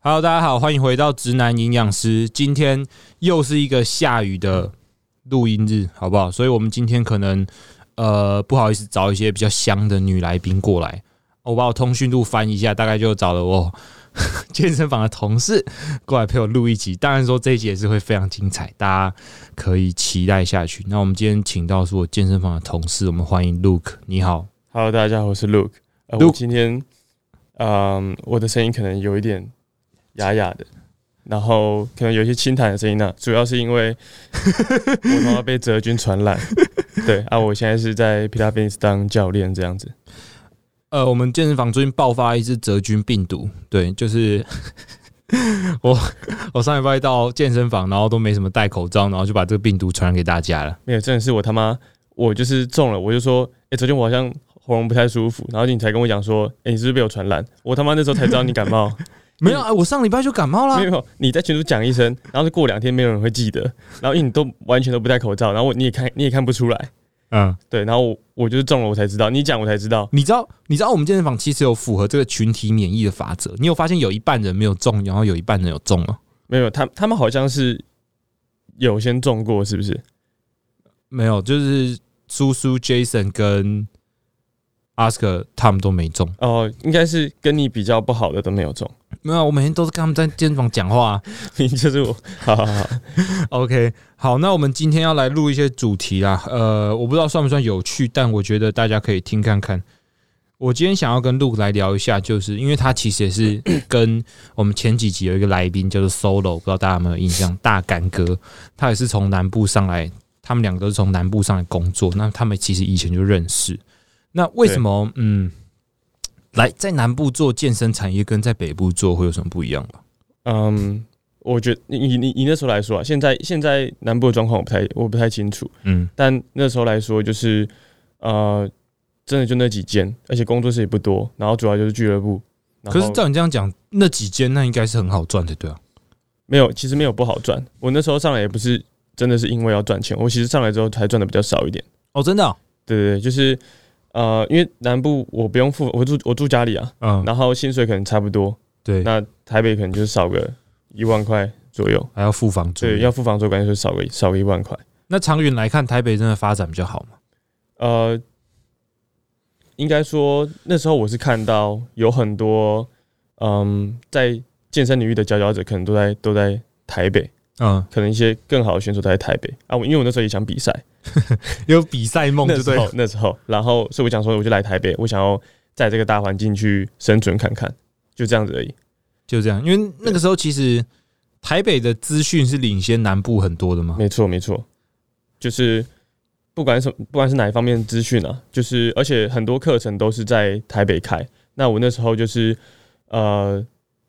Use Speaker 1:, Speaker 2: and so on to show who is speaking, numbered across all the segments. Speaker 1: Hello，大家好，欢迎回到直男营养师。今天又是一个下雨的录音日，好不好？所以我们今天可能呃不好意思找一些比较香的女来宾过来。哦我把我通讯录翻一下，大概就找了我 健身房的同事过来陪我录一集。当然说这一集也是会非常精彩，大家可以期待下去。那我们今天请到是我健身房的同事，我们欢迎 Luke。你好，
Speaker 2: Hello，大家好，我是 Luke。呃，我
Speaker 1: Luke
Speaker 2: 今天，嗯、我的声音可能有一点哑哑的，然后可能有一些清痰的声音呢、主要是因为我妈妈被泽菌传染。对啊，我现在是在 p i l a t e s 当教练这样子。
Speaker 1: 呃，我们健身房最近爆发一只折菌病毒，对，就是 我我上礼拜到健身房，然后都没什么戴口罩，然后就把这个病毒传染给大家了。
Speaker 2: 没有，真的是我他妈，我就是中了，我就说，哎、昨天我好像喉咙不太舒服，然后你才跟我讲说，哎、你是不是被我传染？我他妈那时候才知道你感冒，
Speaker 1: 没有啊，我上礼拜就感冒啊
Speaker 2: 没
Speaker 1: 啦。
Speaker 2: 有，你在群组讲一声，然后就过两天没有人会记得，然后因为你都完全都不戴口罩，然后我你也看你也看不出来。
Speaker 1: 嗯，
Speaker 2: 对，然后我我就是中了，我才知道，你讲我才知道。
Speaker 1: 你知道你知道我们健身房其实有符合这个群体免疫的法则，你有发现有一半人没有中，然后有一半人有中吗？
Speaker 2: 没有，他他们好像是有先中过，是不是？
Speaker 1: 没有，就是苏苏、Jason 跟 Oscar 他们都没中。
Speaker 2: 哦，应该是跟你比较不好的都没有中，
Speaker 1: 没有啊，我每天都是跟他们在健身房讲话啊、
Speaker 2: 你就是我。好好好，
Speaker 1: OK，好，那我们今天要来录一些主题啦。呃，我不知道算不算有趣，但我觉得大家可以听看看。我今天想要跟 Luke 来聊一下，就是因为他其实也是跟我们前几集有一个来宾叫做 Solo，不知道大家有没有印象？大干哥，他也是从南部上来，他们两个都是从南部上来工作。那他们其实以前就认识。那为什么嗯，来在南部做健身产业跟在北部做会有什么不一样吧？
Speaker 2: 嗯，我觉得你你你你那时候来说啊，现在现在南部的状况我不太我不太清楚，
Speaker 1: 嗯
Speaker 2: 但那时候来说就是呃，真的就那几间，而且工作室也不多，然后主要就是俱乐部。然
Speaker 1: 可是
Speaker 2: 后
Speaker 1: 照你这样讲，那几间那应该是很好赚的，对啊。
Speaker 2: 没有，其实没有不好赚。我那时候上来也不是真的是因为要赚钱，我其实上来之后才赚的比较少一点。
Speaker 1: 哦，真的、哦，
Speaker 2: 对对对，就是呃，因为南部我不用付，我住我住家里啊，
Speaker 1: 嗯，
Speaker 2: 然后薪水可能差不多，
Speaker 1: 对，
Speaker 2: 那台北可能就是少个一万块左右，
Speaker 1: 还要付房租。
Speaker 2: 对，要付房租，感觉就少个少个一万块。
Speaker 1: 那长远来看，台北真的发展比较好嘛？
Speaker 2: 呃，应该说那时候我是看到有很多嗯，在健身领域的佼佼者，可能都在都在台北，
Speaker 1: 嗯，
Speaker 2: 可能一些更好的选手都在台北啊。我因为我那时候也想比赛，
Speaker 1: 有比赛梦
Speaker 2: 那
Speaker 1: 就
Speaker 2: 时
Speaker 1: 对
Speaker 2: 候
Speaker 1: 了。
Speaker 2: 那时候，然后所以我想说，我就来台北，我想要在这个大环境去生存看看，就这样子而已。
Speaker 1: 就这样，因为那个时候其实台北的资讯是领先南部很多的嘛。
Speaker 2: 没错，没错，就是不管什么，不管是哪一方面的资讯啊，就是而且很多课程都是在台北开。那我那时候就是呃，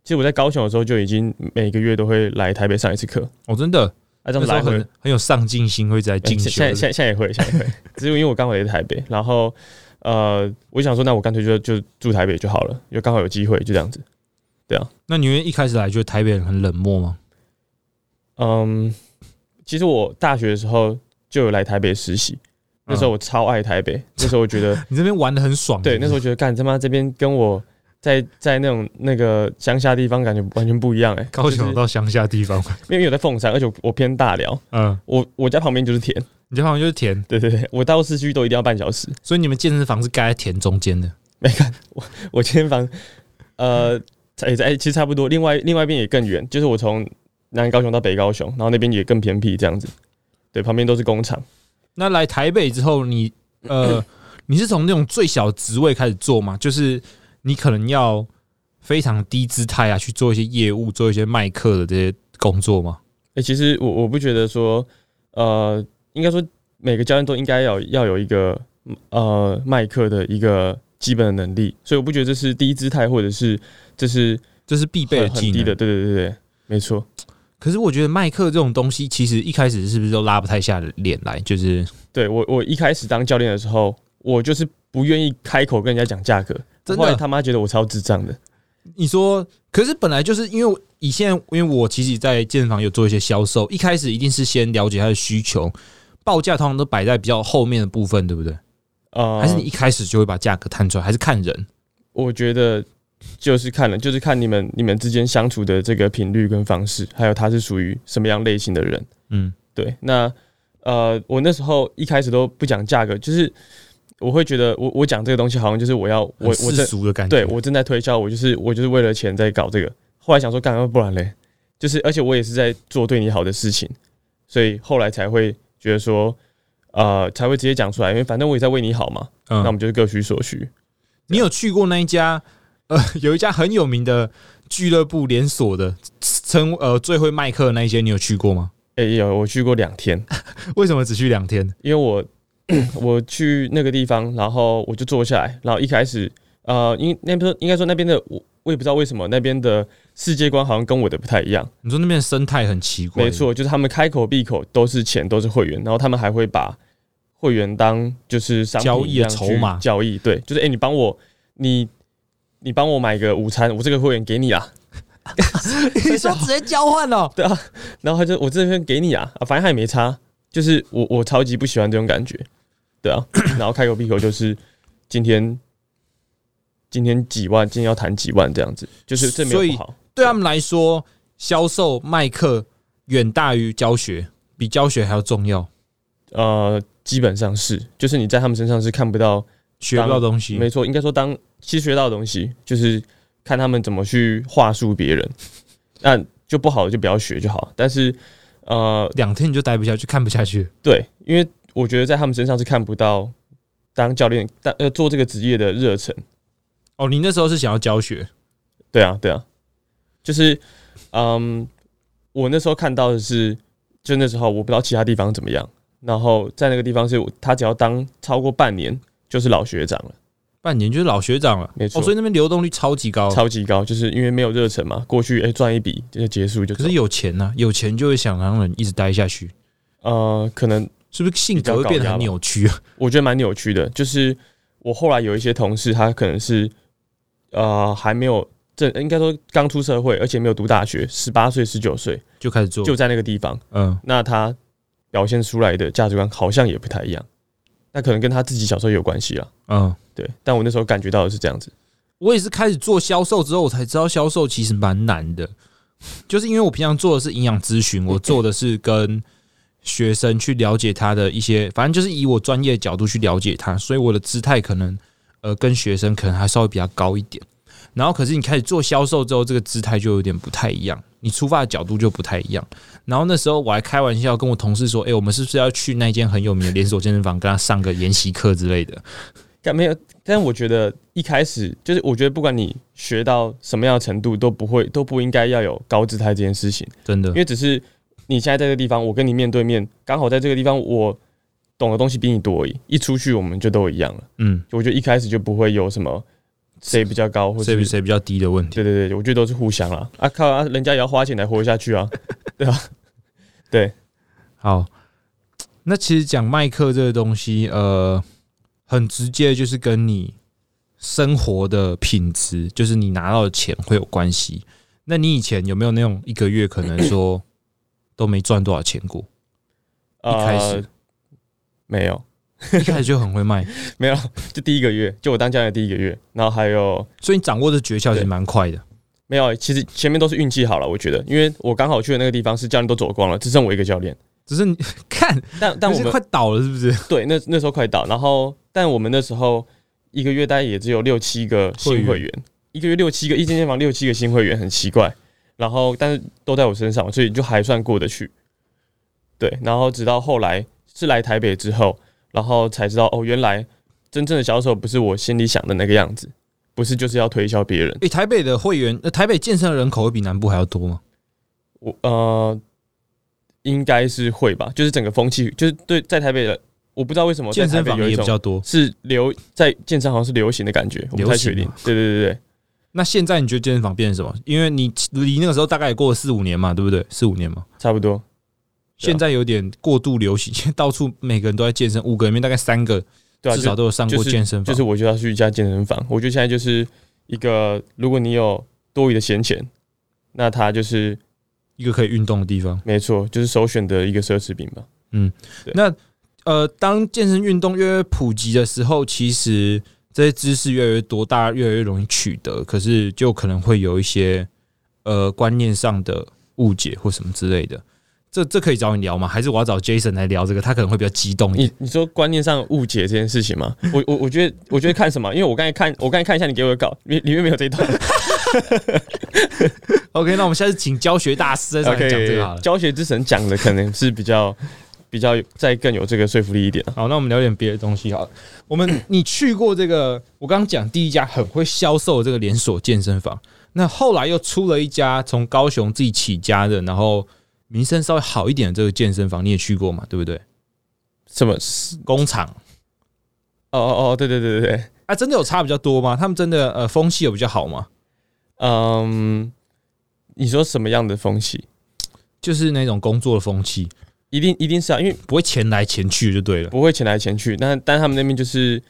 Speaker 2: 其实我在高雄的时候就已经每个月都会来台北上一次课，
Speaker 1: 哦，真的，
Speaker 2: 啊，
Speaker 1: 那
Speaker 2: 这样
Speaker 1: 时候
Speaker 2: 来回。
Speaker 1: 很很有上进心，会在
Speaker 2: 呃
Speaker 1: 进
Speaker 2: 现
Speaker 1: 修
Speaker 2: 现在
Speaker 1: 的。
Speaker 2: 现在现在也会，现在 也会，只是因为我刚好也在台北，然后呃，我想说，那我干脆就就住台北就好了，就刚好有机会，就这样子。
Speaker 1: 那你因为一开始来觉得台北人很冷漠吗？
Speaker 2: 嗯，其实我大学的时候就有来台北实习，
Speaker 1: 嗯
Speaker 2: 那时候我超爱台北，那时候我 觉得，
Speaker 1: 你这边玩的很爽，
Speaker 2: 对，那时候我觉得干他妈这边跟我在在那种那个乡下地方感觉完全不一样哎、欸，
Speaker 1: 高
Speaker 2: 就
Speaker 1: 雄
Speaker 2: 是
Speaker 1: 到乡下地 方，
Speaker 2: 因为有在凤山，而且我我偏大寮，
Speaker 1: 嗯，
Speaker 2: 我我家旁边就是田，
Speaker 1: 你这旁边就是田，
Speaker 2: 对对对，我到市区都一定要半小时，
Speaker 1: 所以你们健身房是盖在田中间的。
Speaker 2: 我健身房呃也在、其实差不多，另外另外一边也更远，就是我从南高雄到北高雄，然后那边也更偏僻这样子，对，旁边都是工厂。
Speaker 1: 那来台北之后你， 呃，你是从那种最小职位开始做吗？就是你可能要非常低姿态啊，去做一些业务，做一些卖课的这些工作吗？
Speaker 2: 欸，其实我我不觉得说，呃，应该说每个教练都应该要要有一个呃麦克的一个基本的能力，所以我不觉得这是低姿态，或者是这是
Speaker 1: 这是必备
Speaker 2: 很
Speaker 1: 的
Speaker 2: 很
Speaker 1: 技
Speaker 2: 低
Speaker 1: 能。
Speaker 2: 的，对对对对，没错。
Speaker 1: 可是我觉得卖课这种东西，其实一开始是不是都拉不太下脸来？就是
Speaker 2: 对我我一开始当教练的时候，我就是不愿意开口跟人家讲价格，
Speaker 1: 真
Speaker 2: 后来
Speaker 1: 的，
Speaker 2: 他妈觉得我超智障的，
Speaker 1: 你说，可是本来就是因为我以现在，因为我其实在健身房有做一些销售，一开始一定是先了解他的需求，报价通常都摆在比较后面的部分，对不对？
Speaker 2: 呃，
Speaker 1: 还是你一开始就会把价格摊出来，还是看人？
Speaker 2: 我觉得就是看了，就是看你们你们之间相处的这个频率跟方式，还有他是属于什么样类型的人。
Speaker 1: 嗯
Speaker 2: 对，那呃，我那时候一开始都不讲价格，就是我会觉得我我讲这个东西好像就是我要我
Speaker 1: 很
Speaker 2: 我
Speaker 1: 世
Speaker 2: 正
Speaker 1: 俗的感觉，
Speaker 2: 对我正在推销，我就是我就是为了钱在搞这个。后来想说，干要不然嘞，就是而且我也是在做对你好的事情，所以后来才会觉得说，呃，才会直接讲出来，因为反正我也在为你好嘛，那我
Speaker 1: 嗯
Speaker 2: 们，就是各取所需。
Speaker 1: 你有去过那一家？呃，有一家很有名的俱乐部连锁的，称呃最会卖课的那一间，你有去过吗？
Speaker 2: 哎、有我去过两天，
Speaker 1: 为什么只去两天？
Speaker 2: 因为我 我去那个地方，然后我就坐下来，然后一开始呃，因那边应该说那边的我我也不知道为什么那边的世界观好像跟我的不太一样。
Speaker 1: 你说那边的生态很奇怪，
Speaker 2: 没，错，就是他们开口闭口都是钱，都是会员，然后他们还会把会员当就是商品
Speaker 1: 交易的
Speaker 2: 一样去
Speaker 1: 筹码
Speaker 2: 交易对，就是哎、你帮我，你你帮我买个午餐，我这个会员给你啊，
Speaker 1: 你说直接交换哦，
Speaker 2: 然后他就我这边给你啊，啊反正他也没差，就是我我超级不喜欢这种感觉，对啊，然后开口闭口就是今天今天几万，今天要谈几万这样子，就是这没
Speaker 1: 所
Speaker 2: 有
Speaker 1: 以
Speaker 2: 不好，
Speaker 1: 对他们来说，销售卖课远大于教学，比教学还要重要，
Speaker 2: 呃，基本上是，就是你在他们身上是看不到。
Speaker 1: 学不到东西。
Speaker 2: 没错，应该说当其实学到的东西，就是看他们怎么去话术别人，那就不好的就不要学就好。但是呃，
Speaker 1: 两天你就待不下去，看不下去。
Speaker 2: 对，因为我觉得在他们身上是看不到当教练当呃做这个职业的热忱。
Speaker 1: 哦，你那时候是想要教学，
Speaker 2: 对啊，对啊，就是嗯，我那时候看到的是，就那时候我不知道其他地方怎么样，然后在那个地方是我他只要当超过半年就是老学长了，
Speaker 1: 半年就是老学长了，
Speaker 2: 没错
Speaker 1: 哦，所以那边流动率超级高，
Speaker 2: 超级高，就是因为没有热忱嘛，过去哎赚、一笔就结束就走
Speaker 1: 可是有钱呢、有钱就会想让人一直待下去，
Speaker 2: 呃，可能
Speaker 1: 是不是性格会变得很扭曲啊？
Speaker 2: 我觉得蛮扭曲的。就是我后来有一些同事，他可能是呃还没有正，应该说刚出社会，而且没有读大学，十八岁、十九岁
Speaker 1: 就开始做，
Speaker 2: 就在那个地方，
Speaker 1: 嗯，
Speaker 2: 那他表现出来的价值观好像也不太一样。那可能跟他自己小时候有关系啊，
Speaker 1: 嗯，
Speaker 2: 对。但我那时候感觉到的是这样子，
Speaker 1: 我也是开始做销售之后，我才知道销售其实蛮难的， 就是因为我平常做的是营养咨
Speaker 2: 嗯
Speaker 1: 询，我做的是跟学生去了解他的一些，反正就是以我专业角度去了解他，所以我的姿态可能呃跟学生可能还稍微比较高一点。然后可是你开始做销售之后，这个姿态就有点不太一样，你出发的角度就不太一样。然后那时候我还开玩笑跟我同事说：“诶，我们是不是要去那间很有名的连锁健身房，跟他上个研习课之类的
Speaker 2: 但没有。但我觉得一开始就是，我觉得不管你学到什么样的程度，都不会都不应该要有高姿态这件事情。？”
Speaker 1: 真的
Speaker 2: 因，为只是你现在在这个地方，我跟你面对面，刚好在这个地方，我懂的东西比你多而已。一出去我们就都一样了，
Speaker 1: 嗯，
Speaker 2: 我觉得一开始就不会有什么谁比较高，或者
Speaker 1: 谁比谁比较低的问题。
Speaker 2: 对对对，我觉得都是互相啦。啊靠啊，人家也要花钱来活下去啊。
Speaker 1: 好，那其实讲麦克这个东西，呃，很直接，就是跟你生活的品质，就是你拿到的钱会有关系。那你以前有没有那种一个月可能说都没赚多少钱过？一开
Speaker 2: 呃
Speaker 1: 始、
Speaker 2: 没有
Speaker 1: 一开始就很会卖，
Speaker 2: 没有， 就第一个月，就我当教练的第一个月，然后还有
Speaker 1: 所以你掌握的诀窍其实蛮快的。
Speaker 2: 没有？其实前面都是运气好了，我觉得，因为我刚好去的那个地方是教练都走光了，只剩我一个教练。
Speaker 1: 只是你看，
Speaker 2: 但但
Speaker 1: 你
Speaker 2: 我
Speaker 1: 是
Speaker 2: 们
Speaker 1: 快倒了是不是？
Speaker 2: 对，那那时候快到，然后但我们那时候一个月大概也只有六七个新会员，
Speaker 1: 会
Speaker 2: 一个月六七个，一间健身房六七个新会员，很奇怪。然后但是都在我身上，所以就还算过得去。对，然后直到后来是来台北之后，然后才知道哦，原来真正的销售不是我心里想的那个样子，不是就是要推销别人。
Speaker 1: 诶、台北的会员，呃，台北健身的人口会比南部还要多吗？
Speaker 2: 我呃，应该是会吧，就是整个风气，就是对在台北的，我不知道为什么在
Speaker 1: 健
Speaker 2: 台
Speaker 1: 身
Speaker 2: 北
Speaker 1: 房
Speaker 2: 有
Speaker 1: 也
Speaker 2: 一
Speaker 1: 比
Speaker 2: 种
Speaker 1: 较多。
Speaker 2: 是流在健身好像是流行的感觉，我不太确
Speaker 1: 流行啊
Speaker 2: 定
Speaker 1: 吗。
Speaker 2: 对对对对，
Speaker 1: 那现在你觉得健身房变成什么？因为你离那个时候大概也过了四五年嘛，对不对？四五年嘛。
Speaker 2: 差不多。对啊
Speaker 1: 现在有点过度流行， 现在到处每个人都在健身，五个里面大概三个
Speaker 2: 对啊，
Speaker 1: 至少
Speaker 2: 就
Speaker 1: 都有上过健身房。
Speaker 2: 就是我就要去一家健身房。我觉得现在就是一个，如果你有多余的闲钱，那它就是
Speaker 1: 一个可以运动的地方。
Speaker 2: 没错，就是首选的一个奢侈品吧。对
Speaker 1: 那呃，当健身运动越来越普及的时候，其实这些知识越来越多，大家越来越容易取得，可是就可能会有一些呃观念上的误解或什么之类的。这这可以找你聊吗？还是我要找 Jason 来聊这个？他可能会比较激动一点。
Speaker 2: 你你说观念上误解这件事情吗？我我我觉得我觉得看什么？因为我刚才看我刚才看一下你给我的稿，里里面没有 这一段。嗯
Speaker 1: OK，那我们下次请教学大师在上面讲这个好了。
Speaker 2: 教学之神讲的可能是比较比较有再更有这个说服力一点啊。
Speaker 1: 好，那我们聊点别的东西好了。我们 你去过这个，我刚刚讲第一家很会销售的这个连锁健身房，那后来又出了一家从高雄自己起家的，然后名声稍微好一点的这个健身房，你也去过嘛？对不对？
Speaker 2: 什么？
Speaker 1: 工厂
Speaker 2: 哦哦哦，对对对对对，
Speaker 1: 啊，真的有差比较多吗？他们真的呃风气有比较好吗？
Speaker 2: 嗯，你说什么样的风气？
Speaker 1: 就是那种工作的风气，
Speaker 2: 一定一定是啊，因为
Speaker 1: 不会钱来钱去就对了。
Speaker 2: 不会钱来钱去。那但他们那边就是，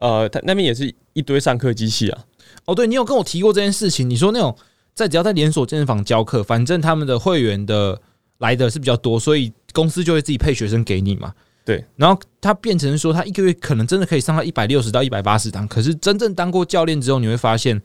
Speaker 2: 呃，他那边也是一堆上课机器啊。
Speaker 1: 哦，对你有跟我提过这件事情，你说那种在只要在连锁健身房教课，反正他们的会员的来的是比较多，所以公司就会自己配学生给你嘛。
Speaker 2: 对，
Speaker 1: 然后他变成说，他一个月可能真的可以上到一百六十到一百八十堂，可是真正当过教练之后，你会发现，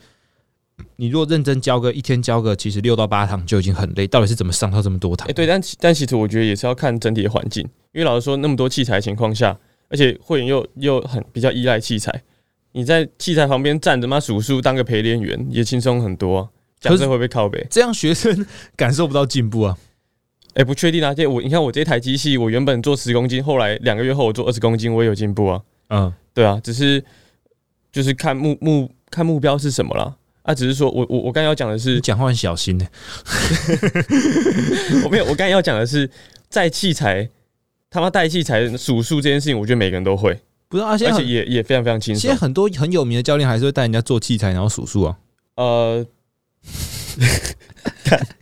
Speaker 1: 你如果认真教个一天教个，其实六到八堂就已经很累，到底是怎么上到这么多堂？
Speaker 2: 哎、对，但其但其实我觉得也是要看整体的环境，因为老实说，那么多器材的情况下，而且会员又又很比较依赖器材，你在器材旁边站着妈数数当个陪练员也轻松很多、啊。
Speaker 1: 可
Speaker 2: 讲
Speaker 1: 是
Speaker 2: 这会不会 靠背？
Speaker 1: 这样学生感受不到进步啊。
Speaker 2: 哎、不确定啊。这我你看我这台机器，我原本做十公斤，后来两个月后我做二十公斤，我也有进步啊。
Speaker 1: 嗯，
Speaker 2: 对啊，只是就是看目目看目标是什么啦。啊，只是说我我我刚才要讲的
Speaker 1: 你
Speaker 2: 是，
Speaker 1: 讲话很小心呢、欸
Speaker 2: 我没有，我刚才要讲的是，在器材他妈带器材数数这件事情，我觉得每个人都会，
Speaker 1: 不是啊，现
Speaker 2: 而
Speaker 1: 在
Speaker 2: 且
Speaker 1: 很
Speaker 2: 也也非常非常轻
Speaker 1: 现在
Speaker 2: 松。
Speaker 1: 很多很有名的教练还是会带人家做器材，然后数数啊。
Speaker 2: 呃，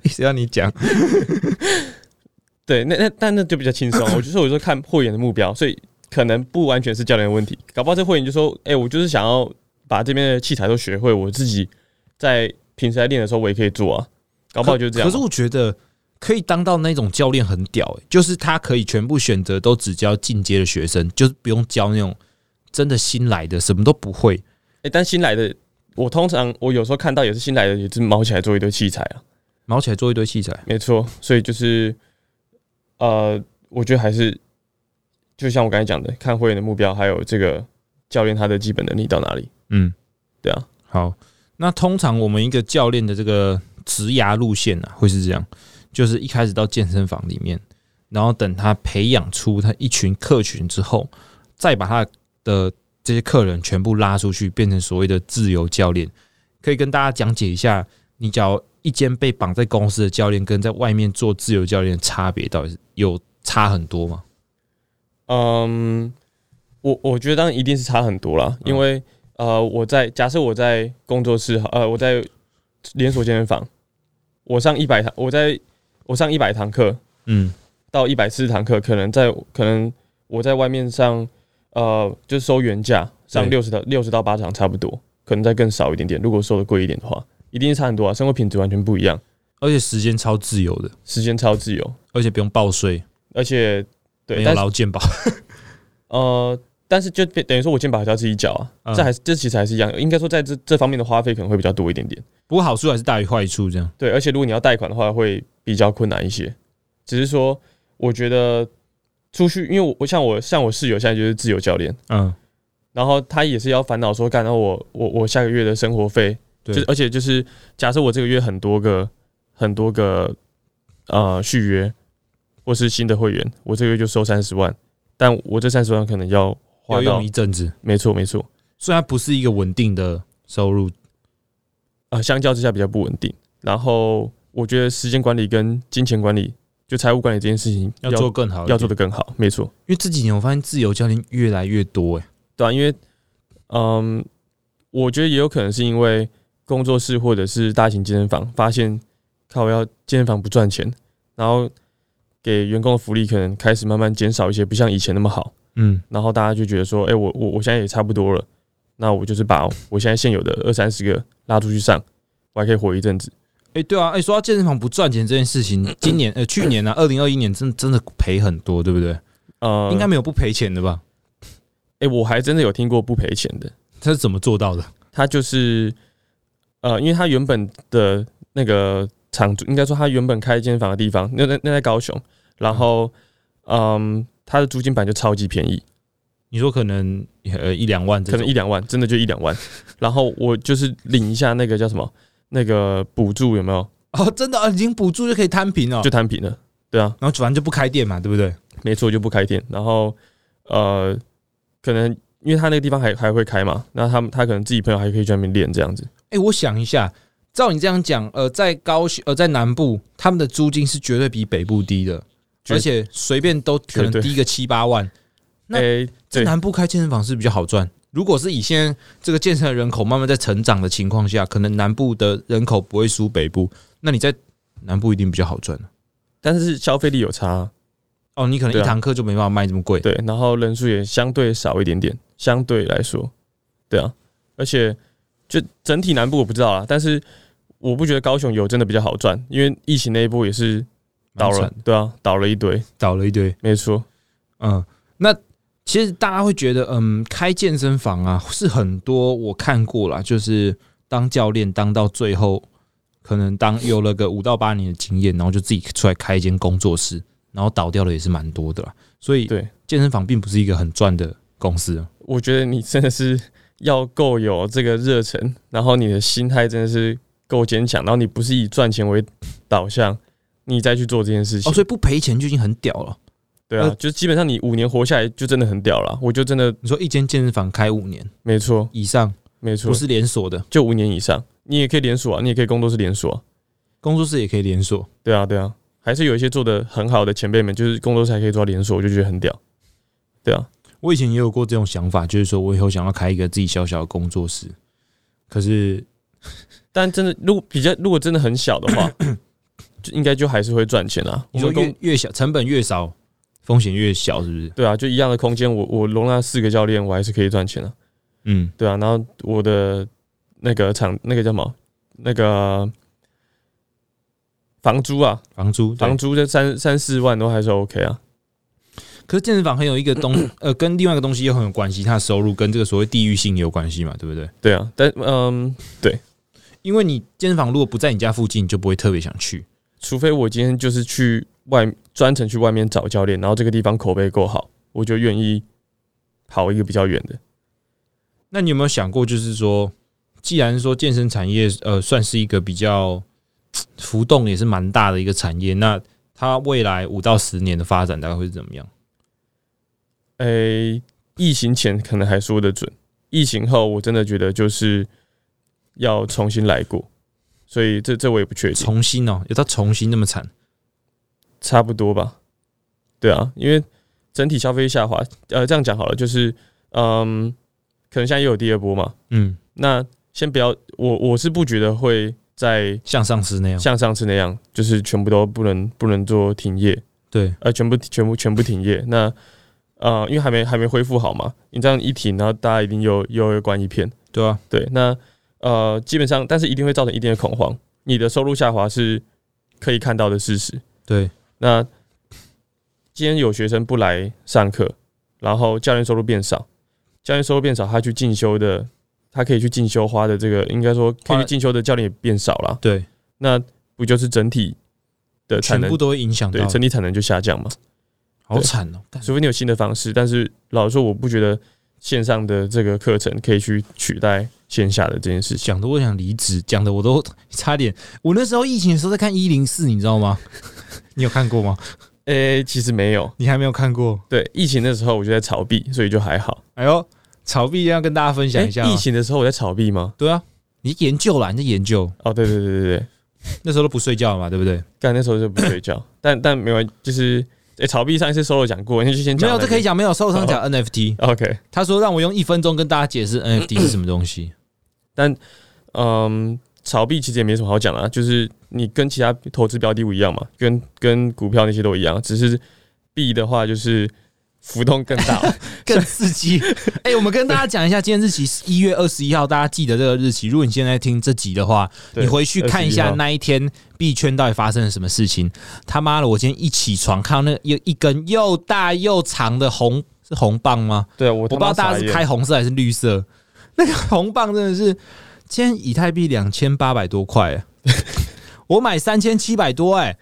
Speaker 1: 谁让你讲？
Speaker 2: 对，那那但那就比较轻松。啊我就说我就看会员的目标，所以可能不完全是教练的问题，搞不好这会员就说，哎、我就是想要把这边的器材都学会，我自己在平时在练的时候我也可以做啊，搞不好就是这样
Speaker 1: 可。可是我觉得可以当到那种教练很屌、欸，就是他可以全部选择都只教进阶的学生，就是不用教那种真的新来的，什么都不会。
Speaker 2: 欸，但新来的，我通常我有时候看到也是新来的，也是毛起来做一堆器材啊，
Speaker 1: 毛起来做一堆器材，
Speaker 2: 没错，所以就是，呃，我觉得还是，就像我刚才讲的，看会员的目标，还有这个教练他的基本能力到哪里，
Speaker 1: 嗯，
Speaker 2: 对啊，
Speaker 1: 好。那通常我们一个教练的这个职涯路线啊，会是这样，就是一开始到健身房里面，然后等他培养出他一群客群之后，再把他的这些客人全部拉出去，变成所谓的自由教练。可以跟大家讲解一下，你只要一间被绑在公司的教练，跟在外面做自由教练的差别到底是有差很多吗？
Speaker 2: 嗯，我我觉得当然一定是差很多啦，因为呃，我在假设我在工作室，呃，我在连锁健身房，我上一百堂，我在我上一百堂课，
Speaker 1: 嗯，
Speaker 2: 到一百四十堂课，可能在可能我在外面上，呃，就收原价上
Speaker 1: 对
Speaker 2: 六十到六十到八场差不多，可能再更少一点点。如果收的贵一点的话，一定是差很多啊，生活品质完全不一样，
Speaker 1: 而且时间超自由的，
Speaker 2: 时间超自由，
Speaker 1: 而且不用报税，
Speaker 2: 而且
Speaker 1: 没
Speaker 2: 对，
Speaker 1: 有
Speaker 2: 但是
Speaker 1: 劳健保。
Speaker 2: 呃，但是就等于说我健保还是要自己缴啊，
Speaker 1: 嗯
Speaker 2: 这还是这其实还是一样，应该说在这这方面的花费可能会比较多一点点。
Speaker 1: 不过好处还是大于坏处，这样。
Speaker 2: 对，而且如果你要贷款的话，会比较困难一些。只是说，我觉得出去，因为我我像我像我室友现在就是自由教练。
Speaker 1: 嗯，
Speaker 2: 然后他也是要烦恼说，干，然后我我我下个月的生活费，
Speaker 1: 对
Speaker 2: 就是而且就是假设我这个月很多个很多个呃续约或是新的会员，我这个月就收三十万，但我这三十万可能要花
Speaker 1: 要
Speaker 2: 到
Speaker 1: 用一，阵子，
Speaker 2: 没错没错，
Speaker 1: 虽然不是一个稳定的收入，
Speaker 2: 啊、相较之下比较不稳定。然后我觉得时间管理跟金钱管理，就财务管理这件事情
Speaker 1: 要做更好，
Speaker 2: 要做，得更好，没错，
Speaker 1: 因为这几年我发现自由教练越来越多、欸，
Speaker 2: 对啊，因为嗯，我觉得也有可能是因为工作室或者是大型健身房发现，靠，我要健身房不赚钱，然后给员工的福利可能开始慢慢减少一些，不像以前那么好，
Speaker 1: 嗯，
Speaker 2: 然后大家就觉得说，哎、我我我现在也差不多了，那我就是把我现在现有的二三十个拉出去上，我还可以活一阵子。
Speaker 1: 哎、对啊，哎、说到健身房不赚钱这件事情， 今年呃去年呢、啊，二零二一年真的真的赔很多，对不对？
Speaker 2: 呃，
Speaker 1: 应该没有不赔钱的吧？
Speaker 2: 哎、我还真的有听过不赔钱的，
Speaker 1: 他是怎么做到的？
Speaker 2: 他就是呃，因为他原本的那个场租，应该说他原本开健身房的地方，那那那在高雄，然后嗯，他的租金本来就超级便宜，
Speaker 1: 你说可能呃一两万这
Speaker 2: 可
Speaker 1: 种，
Speaker 2: 能一两万，真的就一两万。 然后我就是领一下那个叫什么那个补助有没有，
Speaker 1: 哦，真的、啊、已经补助就可以摊平了，
Speaker 2: 就摊平了。对啊，
Speaker 1: 然后反正就不开店嘛，对不对？
Speaker 2: 没错，就不开店。然后呃，可能因为他那个地方还还会开嘛，那他们他可能自己朋友还可以去那边练这样子。
Speaker 1: 哎、我想一下，照你这样讲，呃，在高雄呃在南部，他们的租金是绝对比北部低的，
Speaker 2: 绝
Speaker 1: 而且随便都可能
Speaker 2: 绝对
Speaker 1: 低个七八万。那
Speaker 2: 诶，
Speaker 1: 在
Speaker 2: 对
Speaker 1: 南部开健身房是比较好赚。如果是以现在这个健身的人口慢慢在成长的情况下，可能南部的人口不会输北部，那你在南部一定比较好赚
Speaker 2: 但是消费力有差啊、
Speaker 1: 哦。你可能
Speaker 2: 对
Speaker 1: 一
Speaker 2: 啊
Speaker 1: 堂课就没办法卖这么贵，
Speaker 2: 对，然后人数也相对少一点点，相对来说，对啊，而且就整体南部我不知道啊，但是我不觉得高雄有真的比较好赚，因为疫情那一波也是
Speaker 1: 蛮
Speaker 2: 倒
Speaker 1: 惨
Speaker 2: 了，对啊，倒了一堆，
Speaker 1: 倒了一堆。
Speaker 2: 没错，
Speaker 1: 嗯，那其实大家会觉得，嗯，开健身房啊，是很多我看过啦，就是当教练当到最后，可能当有了个五到八年的经验，然后就自己出来开一间工作室，然后倒掉的也是蛮多的啦。所以，
Speaker 2: 对，
Speaker 1: 健身房并不是一个很赚的公司啊。
Speaker 2: 我觉得你真的是 要够有这个热忱，然后你的心态真的是够坚强，然后你不是以赚钱为导向，你再去做这件事情，
Speaker 1: 哦，所以不赔钱就已经很屌了。
Speaker 2: 对啊
Speaker 1: 呃，
Speaker 2: 就基本上你五年活下来就真的很屌了，我就真的
Speaker 1: 你说一间健身房开五年
Speaker 2: 没错，
Speaker 1: 以上，
Speaker 2: 没错，
Speaker 1: 不是连锁的，
Speaker 2: 就五年以上，你也可以连锁啊，你也可以工作室连锁、啊，
Speaker 1: 工作室也可以连锁。
Speaker 2: 对啊，对啊，还是有一些做的很好的前辈们，就是工作室还可以做到连锁，我就觉得很屌，对啊，
Speaker 1: 我以前也有过这种想法，就是说我以后想要开一个自己小小的工作室，可是
Speaker 2: 但真的如果比较如果真的很小的话，就应该就还是会赚钱啊。
Speaker 1: 你
Speaker 2: 我
Speaker 1: 说
Speaker 2: 们
Speaker 1: 越
Speaker 2: 工
Speaker 1: 越小，成本越少，风险越小，是不是？
Speaker 2: 对啊，就一样的空间，我我容纳四个教练，我还是可以赚钱啊，
Speaker 1: 嗯，
Speaker 2: 对啊，然后我的那个厂那个叫什么那个房租啊，
Speaker 1: 房租对
Speaker 2: 房租这三三四万都还是 OK 啊，
Speaker 1: 可是健身房很有一个东， 呃，跟另外一个东西又很有关系，它的收入跟这个所谓地域性也有关系嘛，对不对？
Speaker 2: 对啊，但嗯。
Speaker 1: 因为你健身房如果不在你家附近，你就不会特别想去。
Speaker 2: 除非我今天就是去外专程去外面找教练，然后这个地方口碑够好，我就愿意跑一个比较远的。
Speaker 1: 那你有没有想过，就是说，既然说健身产业，呃，算是一个比较浮动也是蛮大的一个产业，那它未来五到十年的发展大概会是怎么样？
Speaker 2: 诶、疫情前可能还说得准，疫情后我真的觉得就是要重新来过，所以这这我也不确定，
Speaker 1: 重新哦，有到重新那么惨，
Speaker 2: 差不多吧。对啊，因为整体消费下滑，呃，这样讲好了，就是嗯，可能现在也有第二波嘛。
Speaker 1: 嗯，
Speaker 2: 那先不要，我我是不觉得会在
Speaker 1: 像上次那样，
Speaker 2: 像上次那样，就是全部都不能不能做停业，
Speaker 1: 对，
Speaker 2: 呃，全部全部全部停业。那呃，因为还没还没恢复好嘛，你这样一停，然后大家一定又又又关一片，
Speaker 1: 对啊，
Speaker 2: 对，那呃，基本上，但是一定会造成一定的恐慌，你的收入下滑是可以看到的事实。
Speaker 1: 对，
Speaker 2: 那今天有学生不来上课，然后教练收入变少，教练收入变少，他去进修的，他可以去进修花的这个，应该说可以
Speaker 1: 花
Speaker 2: 去进修的教练也变少了，
Speaker 1: 对，
Speaker 2: 那不就是整体的产
Speaker 1: 全
Speaker 2: 能
Speaker 1: 部都会影响
Speaker 2: 对
Speaker 1: 到，
Speaker 2: 整体产能就下降嘛？
Speaker 1: 好惨哦！干
Speaker 2: 除非你有新的方式，但是老实说，我不觉得线上的这个课程可以去取代线下的这件事情。
Speaker 1: 讲的我想离职，讲的我都差点。我那时候疫情的时候在看一零四，你知道吗？ 你有看过吗？
Speaker 2: 诶、其实没有，
Speaker 1: 你还没有看过？
Speaker 2: 对疫情的时候我就在炒币，所以就还好。
Speaker 1: 哎呦，草币要跟大家分享一下、
Speaker 2: 诶
Speaker 1: 啊
Speaker 2: 哎疫。情的时候我在炒币吗？
Speaker 1: 对啊，你研究啦，你在研究，
Speaker 2: 哦，对对对对对，
Speaker 1: 那时候都不睡觉嘛，对不对？
Speaker 2: 干那时候就不睡觉，但但没完，就是诶、炒币上一次 solo 讲过，那就先
Speaker 1: 没
Speaker 2: 讲
Speaker 1: 有，
Speaker 2: 那
Speaker 1: 这
Speaker 2: 个哦
Speaker 1: 可以。讲没有。受伤讲 NFT，
Speaker 2: OK，
Speaker 1: 他说让我用一分钟跟大家解释 NFT 是什么东西。
Speaker 2: 嗯，炒币其实也没什么好讲的啊，就是你跟其他投资标的物一样嘛，跟跟股票那些都一样，只是币的话就是浮动更大。
Speaker 1: 更刺 激。哎、我们跟大家讲一下，今天日期是一月二十一号，大家记得这个日期。如果你现在听这集的话，
Speaker 2: 对
Speaker 1: 你回去看一
Speaker 2: 21
Speaker 1: 下
Speaker 2: 号
Speaker 1: 那一天币圈到底发生了什么事情。他妈的，我今天一起床看到那又一根又大又长的红是红棒吗？
Speaker 2: 对，我
Speaker 1: 我不
Speaker 2: 他
Speaker 1: 知道
Speaker 2: 妈
Speaker 1: 大
Speaker 2: 傻
Speaker 1: 家是
Speaker 2: 眼
Speaker 1: 开红色还是绿色。那个红棒真的是，今天以太币两千八百多块、欸， 我买三千七百多、欸，哎，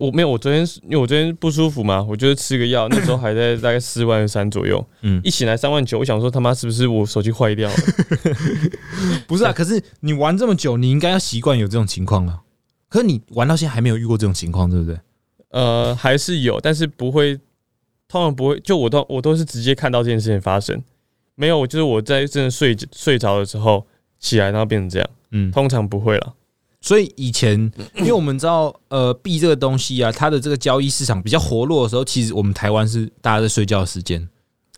Speaker 2: 我没有，我昨天因为我昨天不舒服嘛，我就是吃个药，那时候 还在大概四万三左右，
Speaker 1: 嗯
Speaker 2: 一，醒来三万九，我想说他妈是不是我手机坏掉了？
Speaker 1: 不是啊，可是你玩这么久，你应该要习惯有这种情况了。可是你玩到现在还没有遇过这种情况，对不对？
Speaker 2: 呃，还是有，但是不会，通常不会，就我都我都是直接看到这件事情发生，没有，就是我在真的睡睡着的时候起来，然后变成这样，
Speaker 1: 嗯，
Speaker 2: 通常不会了。
Speaker 1: 所以以前，因为我们知道，呃，币这个东西啊，它的这个交易市场比较活络的时候，其实我们台湾是大家在睡觉的时间，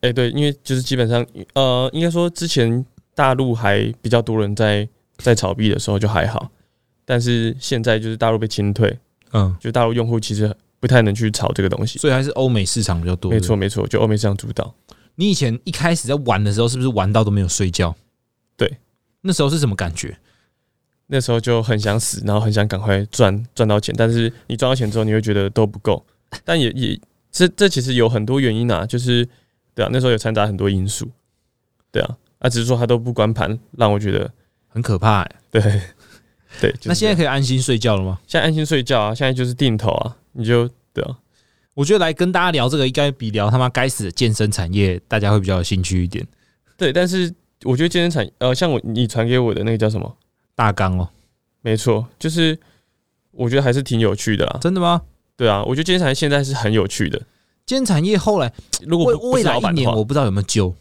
Speaker 2: 哎、对，因为就是基本上，呃，应该说之前大陆还比较多人在在炒币的时候就还好，但是现在就是大陆被清退，
Speaker 1: 嗯，
Speaker 2: 就大陆用户其实不太能去炒这个东西。
Speaker 1: 所以还是欧美市场比较多。
Speaker 2: 没错，没错，就欧美市场主导。
Speaker 1: 你以前一开始在玩的时候，是不是玩到都没有睡觉？
Speaker 2: 对，
Speaker 1: 那时候是什么感觉？
Speaker 2: 那时候就很想死，然后很想赶快赚赚到钱，但是你赚到钱之后，你会觉得都不够，但也也这这其实有很多原因啊，就是对啊，那时候有掺杂很多因素，对啊，啊，只是说他都不关盘，让我觉得
Speaker 1: 很可怕、欸。
Speaker 2: 对 对。就是
Speaker 1: 那现在
Speaker 2: 这样
Speaker 1: 可以安心睡觉了吗？
Speaker 2: 现在安心睡觉啊，现在就是定投啊，你就对啊，
Speaker 1: 我觉得来跟大家聊这个，应该比聊他妈该死的健身产业，大家会比较有兴趣一点。
Speaker 2: 对，但是我觉得健身产呃，像我你传给我的那个叫什么？
Speaker 1: 大纲哦，
Speaker 2: 没错，就是我觉得还是挺有趣的啦，
Speaker 1: 真的吗？
Speaker 2: 对啊，我觉得健身产业现在是很有趣的，
Speaker 1: 健身产业后来
Speaker 2: 如果
Speaker 1: 未
Speaker 2: 不不
Speaker 1: 未
Speaker 2: 是
Speaker 1: 来
Speaker 2: 老
Speaker 1: 一
Speaker 2: 板的
Speaker 1: 年，
Speaker 2: 话。
Speaker 1: 我不知道有没有救。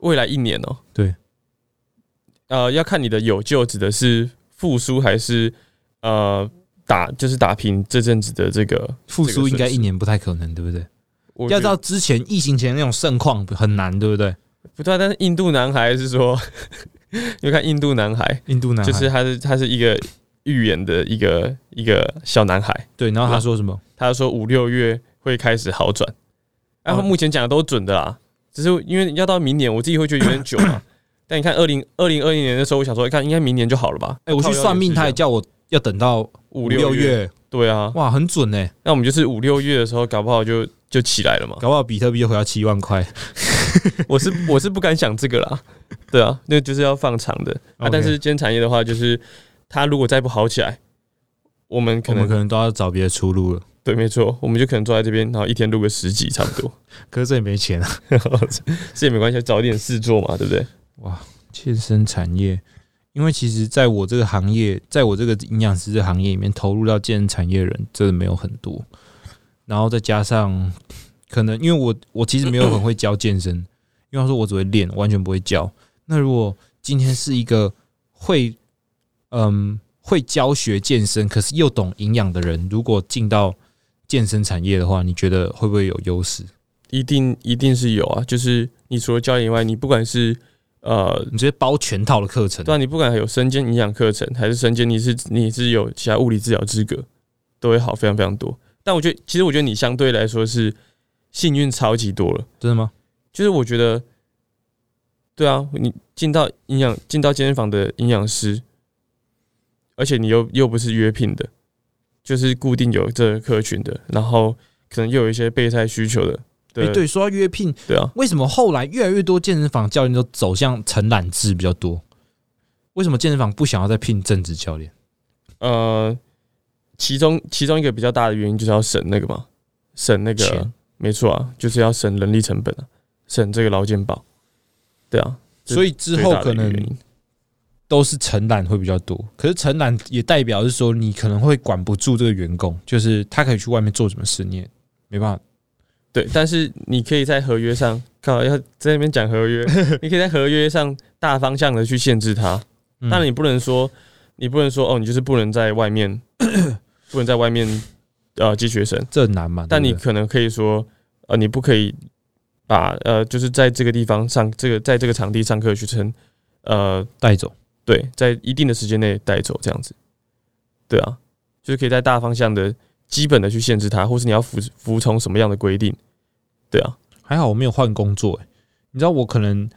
Speaker 2: 未来一年哦、
Speaker 1: 对，
Speaker 2: 呃，要看你的有救指的是复苏还是呃打，就是打平这阵子的这个
Speaker 1: 复苏应该
Speaker 2: 这个
Speaker 1: 一年不太可能，对不对？
Speaker 2: 我
Speaker 1: 要
Speaker 2: 觉
Speaker 1: 到
Speaker 2: 得
Speaker 1: 之前疫情前那种盛况很难，对不对？
Speaker 2: 不对啊，但是印度男孩是说， 你看印度男孩，
Speaker 1: 印度男孩
Speaker 2: 就是他是他是一个预言的一个一个小男孩，
Speaker 1: 对，然后他说什么？
Speaker 2: 他说五六月会开始好转，然、
Speaker 1: 哦
Speaker 2: 后、目前讲的都准的啦，只是因为要到明年，我自己会觉得有点久嘛。 但你看二零二零二一年的时候，我想说，哎看应该明年就好了吧？
Speaker 1: 哎、我去算命，他也叫我要等到
Speaker 2: 五
Speaker 1: 五
Speaker 2: 六
Speaker 1: 六
Speaker 2: 月，
Speaker 1: 月，
Speaker 2: 对啊，
Speaker 1: 哇，很准哎、
Speaker 2: 那我们就是五六月的时候，搞不好就就起来了 嘛。
Speaker 1: 搞不好比特币又回到七万块。
Speaker 2: 我是我是不敢想这个啦，对啊，那就是要放长的啊。
Speaker 1: OK
Speaker 2: 但是今天产业的话，就是它如果再不好起来，我们可
Speaker 1: 我
Speaker 2: 能
Speaker 1: 们可能都要找别的出路了。
Speaker 2: 对，没错，我们就可能坐在这边，然后一天录个十集差不多，
Speaker 1: 可是这也没钱啊。
Speaker 2: 这也没关系，找一点事做嘛，对不对？
Speaker 1: 健身产业，因为其实在我这个行业，在我这个营养师这行业里面，投入到健身产业的人真的没有很多。然后再加上可能因为我我其实没有很会教健身，因为他说我只会练，完全不会教。那如果今天是一个会嗯会教学健身，可是又懂营养的人，如果进到健身产业的话，你觉得会不会有优势？
Speaker 2: 一定一定是有啊，就是你除了教练以外，你不管是呃，
Speaker 1: 你直接包全套的课程，
Speaker 2: 对啊，你不管有身兼营养课程还是身兼你是你是有其他物理治疗资格，都会好非常非常多。但我觉得，其实我觉得你相对来说是幸运超级多了。
Speaker 1: 真的吗？
Speaker 2: 就是我觉得，对啊，你进到营养进到健身房的营养师，而且你又又不是约聘的，就是固定有这个客群的，然后可能又有一些备赛需求的，对、
Speaker 1: 诶对，说到约聘，
Speaker 2: 对啊，
Speaker 1: 为什么后来越来越多健身房教练都走向承揽制比较多？为什么健身房不想要再聘正职教练？
Speaker 2: 呃，其中其中一个比较大的原因就是要省那个嘛，省那个
Speaker 1: 钱，
Speaker 2: 没错啊，就是要省人力成本啊，省这个劳健保，对啊，这
Speaker 1: 所以之后
Speaker 2: 最大的
Speaker 1: 可
Speaker 2: 一个
Speaker 1: 能
Speaker 2: 原因
Speaker 1: 都是承揽会比较多。可是承揽也代表是说，你可能会管不住这个员工，就是他可以去外面做什么事，你也没办法。
Speaker 2: 对，但是你可以在合约上，靠要在那边讲 合约，你可以在合约上大方向的去限制它。
Speaker 1: 嗯
Speaker 2: 当然，你不能说，你不能说哦，你就是不能在外面，不能在外面呃接学生。
Speaker 1: 这很难嘛。
Speaker 2: 但你
Speaker 1: 对不对
Speaker 2: 可能可以说，呃，你不可以把呃，就是在这个地方上这个在这个场地上课的学生，呃，
Speaker 1: 带走，
Speaker 2: 对，在一定的时间内带走这样子，对啊，就是可以在大方向的基本的去限制它，或是你要服服从什么样的规定，对啊，
Speaker 1: 还好我没有换工作、欸。你知道我可能，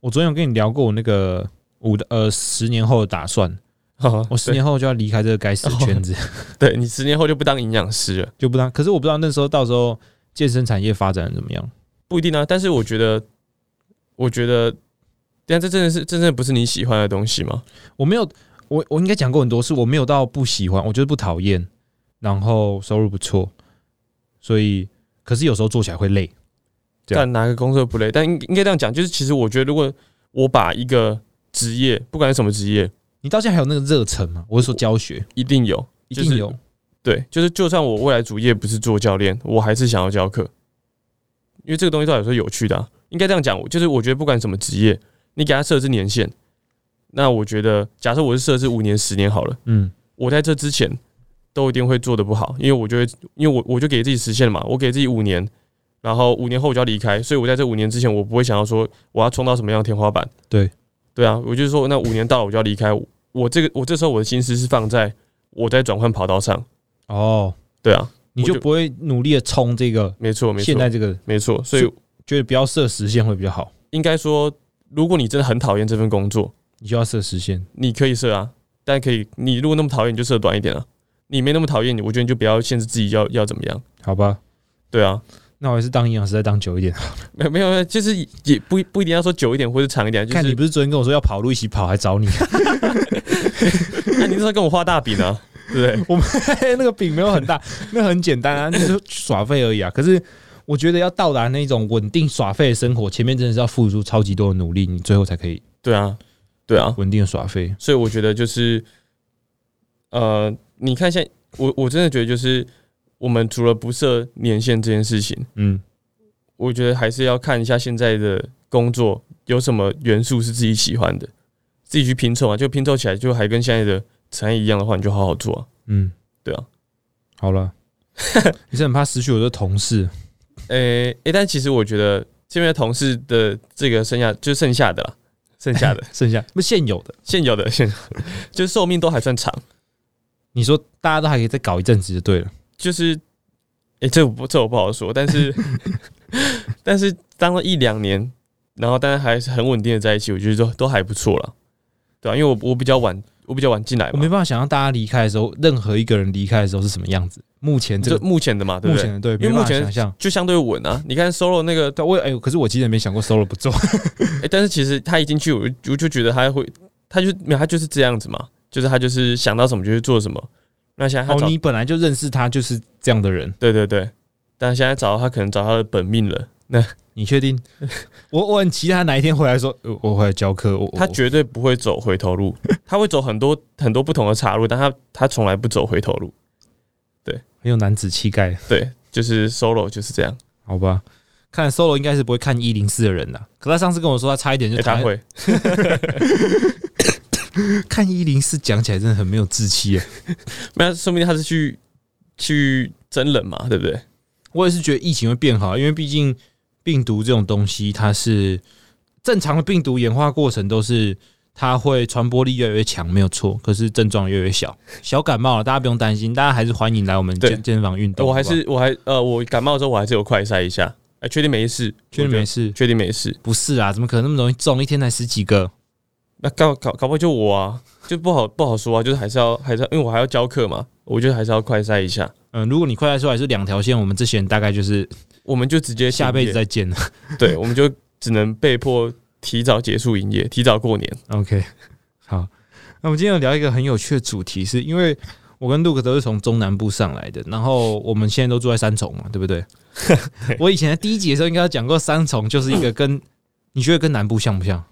Speaker 1: 我昨天有跟你聊过我那个五的呃十年后的打算， 我十年后就要离开这个该死的圈子。
Speaker 2: 对对你十年后就不当营养师了，
Speaker 1: 就不当。可是我不知道那时候到时候健身产业发展得怎么样。
Speaker 2: 不一定啊，但是我觉得，我觉得但这真的是真正不是你喜欢的东西吗？
Speaker 1: 我没有，我我应该讲过很多次，我没有到不喜欢，我就是不讨厌，然后收入不错，所以可是有时候做起来会累。对啊
Speaker 2: 但哪个工作不累？但应应该这样讲，就是其实我觉得，如果我把一个职业，不管是什么职业，
Speaker 1: 你到现在还有那个热忱吗？我是说教学
Speaker 2: 一定有，
Speaker 1: 一
Speaker 2: 就
Speaker 1: 定
Speaker 2: 是
Speaker 1: 有，
Speaker 2: 对，就是就算我未来主业不是做教练，我还是想要教课，因为这个东西到底是有趣的、啊。应该这样讲，我就是我觉得不管什么职业，你给他设置年限，那我觉得假设我是设置五年、十年好了，
Speaker 1: 嗯，
Speaker 2: 我在这之前都一定会做的不好，因为我就会，因为我我就给自己实现了嘛，我给自己五年，然后五年后我就要离开，所以我在这五年之前，我不会想要说我要冲到什么样的天花板。
Speaker 1: 对，
Speaker 2: 对啊，我就是说，那五年到了我就要离开，我这个我这时候我的心思是放在我在转换跑道上。
Speaker 1: 哦，
Speaker 2: 对啊，
Speaker 1: 你
Speaker 2: 我
Speaker 1: 就
Speaker 2: 就
Speaker 1: 不会努力的冲这个
Speaker 2: 没错，没
Speaker 1: 现在这
Speaker 2: 错，
Speaker 1: 个，
Speaker 2: 没错。所以
Speaker 1: 觉得不要设时限会比较好，
Speaker 2: 应该说，如果你真的很讨厌这份工作，
Speaker 1: 你就要设时限。
Speaker 2: 你可以设啊，但可以，你如果那么讨厌，你就设短一点啊。你没那么讨厌你，我觉得你就不要限制自己要要怎么样。
Speaker 1: 好吧，
Speaker 2: 对啊，
Speaker 1: 那我还是当营养师再当久一点。
Speaker 2: 没有没有，没有就是也不不一定要说久一点或者长一点，就
Speaker 1: 看你
Speaker 2: 是
Speaker 1: 不是昨天跟我说要跑路一起跑，还找你，
Speaker 2: 那、你那时候跟我画大饼 啊，对不对？
Speaker 1: 我们 那个饼没有 很大，那很简单啊，就是耍废而已啊。可是我觉得要到达那种稳定耍废的生活，前面真的是要付出超级多的努力，你最后才可以
Speaker 2: 对啊，对啊，
Speaker 1: 稳定的耍废。
Speaker 2: 所以我觉得就是，呃，你看现在我我真的觉得就是，我们除了不设年限这件事情，
Speaker 1: 嗯，
Speaker 2: 我觉得还是要看一下现在的工作有什么元素是自己喜欢的，自己去拼凑啊，就拼凑起来就还跟现在的产业一样的话，你就好好 做、啊。
Speaker 1: 嗯，
Speaker 2: 对啊，
Speaker 1: 好了， 你是很怕失去我的同事，
Speaker 2: 诶、诶、但其实我觉得这边的同事的这个剩下就剩下的啦，剩下的
Speaker 1: 剩下不现有的，
Speaker 2: 现有的 现有的就是寿命都还算长，
Speaker 1: 你说大家都还可以再搞一阵子就对了。
Speaker 2: 就是诶、这我不这我不好说，但 是但是当了一两年，然后但是还是很稳定的在一起，我觉得都都还不错了，对啊，因为我我比较晚我比较晚进来
Speaker 1: 我
Speaker 2: 嘛
Speaker 1: 没，办法想象大家离开的时候，任何一个人离开的时候是什么样子。目前这
Speaker 2: 这
Speaker 1: 个
Speaker 2: 目前的嘛，对
Speaker 1: 目
Speaker 2: 不对？
Speaker 1: 前的对，
Speaker 2: 因为
Speaker 1: 没办
Speaker 2: 目
Speaker 1: 法
Speaker 2: 前
Speaker 1: 想象。
Speaker 2: 就相对稳啊。你看 solo 那个，
Speaker 1: 但我哎、可是我其实也没想过 solo 不做。
Speaker 2: 诶，但是其实他一进去，我就我就觉得他会，他就没有他就是这样子嘛，就是他就是想到什么就去做什么。 那现在他
Speaker 1: 哦，
Speaker 2: 找，
Speaker 1: 你本来就认识他就是这样的人，
Speaker 2: 对对对，但现在找到他可能找他的本命了，
Speaker 1: 你确 定？我我很期待他哪一天回来说，呃我回来教课。我我
Speaker 2: 他绝对不会走回 头路，他会走很多很多不同的岔路，但他他从来不走回头路。
Speaker 1: 很有男子气概，
Speaker 2: 对，就是 solo 就是这样，
Speaker 1: 好吧？看 solo 应该是不会看一零四的人啦。可他上次跟我说，他差一点就
Speaker 2: 诶他
Speaker 1: 躺在
Speaker 2: 会，
Speaker 1: 看一零四，讲起来真的很没有志气耶。
Speaker 2: 那说不定他是去去真人嘛，对不对？
Speaker 1: 我也是觉得疫情会变好，因为毕竟病毒这种东西，它是正常的病毒演化过程都是它会传播力越来越强，没有错。可是症状越来越小，小感冒了，大家不用担心，大家还是欢迎来我们
Speaker 2: 对
Speaker 1: 健健身房运动。
Speaker 2: 我还
Speaker 1: 好不好
Speaker 2: 是我还呃，我感冒的时候我还是有快筛一下，哎、确定没事，
Speaker 1: 确定
Speaker 2: 我觉
Speaker 1: 没
Speaker 2: 得
Speaker 1: 事，
Speaker 2: 确定没事。
Speaker 1: 不是啊？怎么可能那么容易中？一天才十几个，
Speaker 2: 那搞搞搞不好就我啊，就不好不好说啊，就是还是要还是要，因为我还要教课嘛，我觉得还是要快筛一下，
Speaker 1: 嗯，如果你快来说还是两条线，我们这些人大概就是
Speaker 2: 我们就直接
Speaker 1: 下辈子
Speaker 2: 再
Speaker 1: 再见了。
Speaker 2: 对，我们就只能被迫提早结束营业，提早过年。
Speaker 1: OK，好，那我们今天有聊一个很有趣的主题是，因为我跟 Luke 都是从中南部上来的，然后我们现在都住在三重嘛，对不 对？我以前在第一集的时候应该有讲过，三重就是一个 跟你觉得跟南部像不像？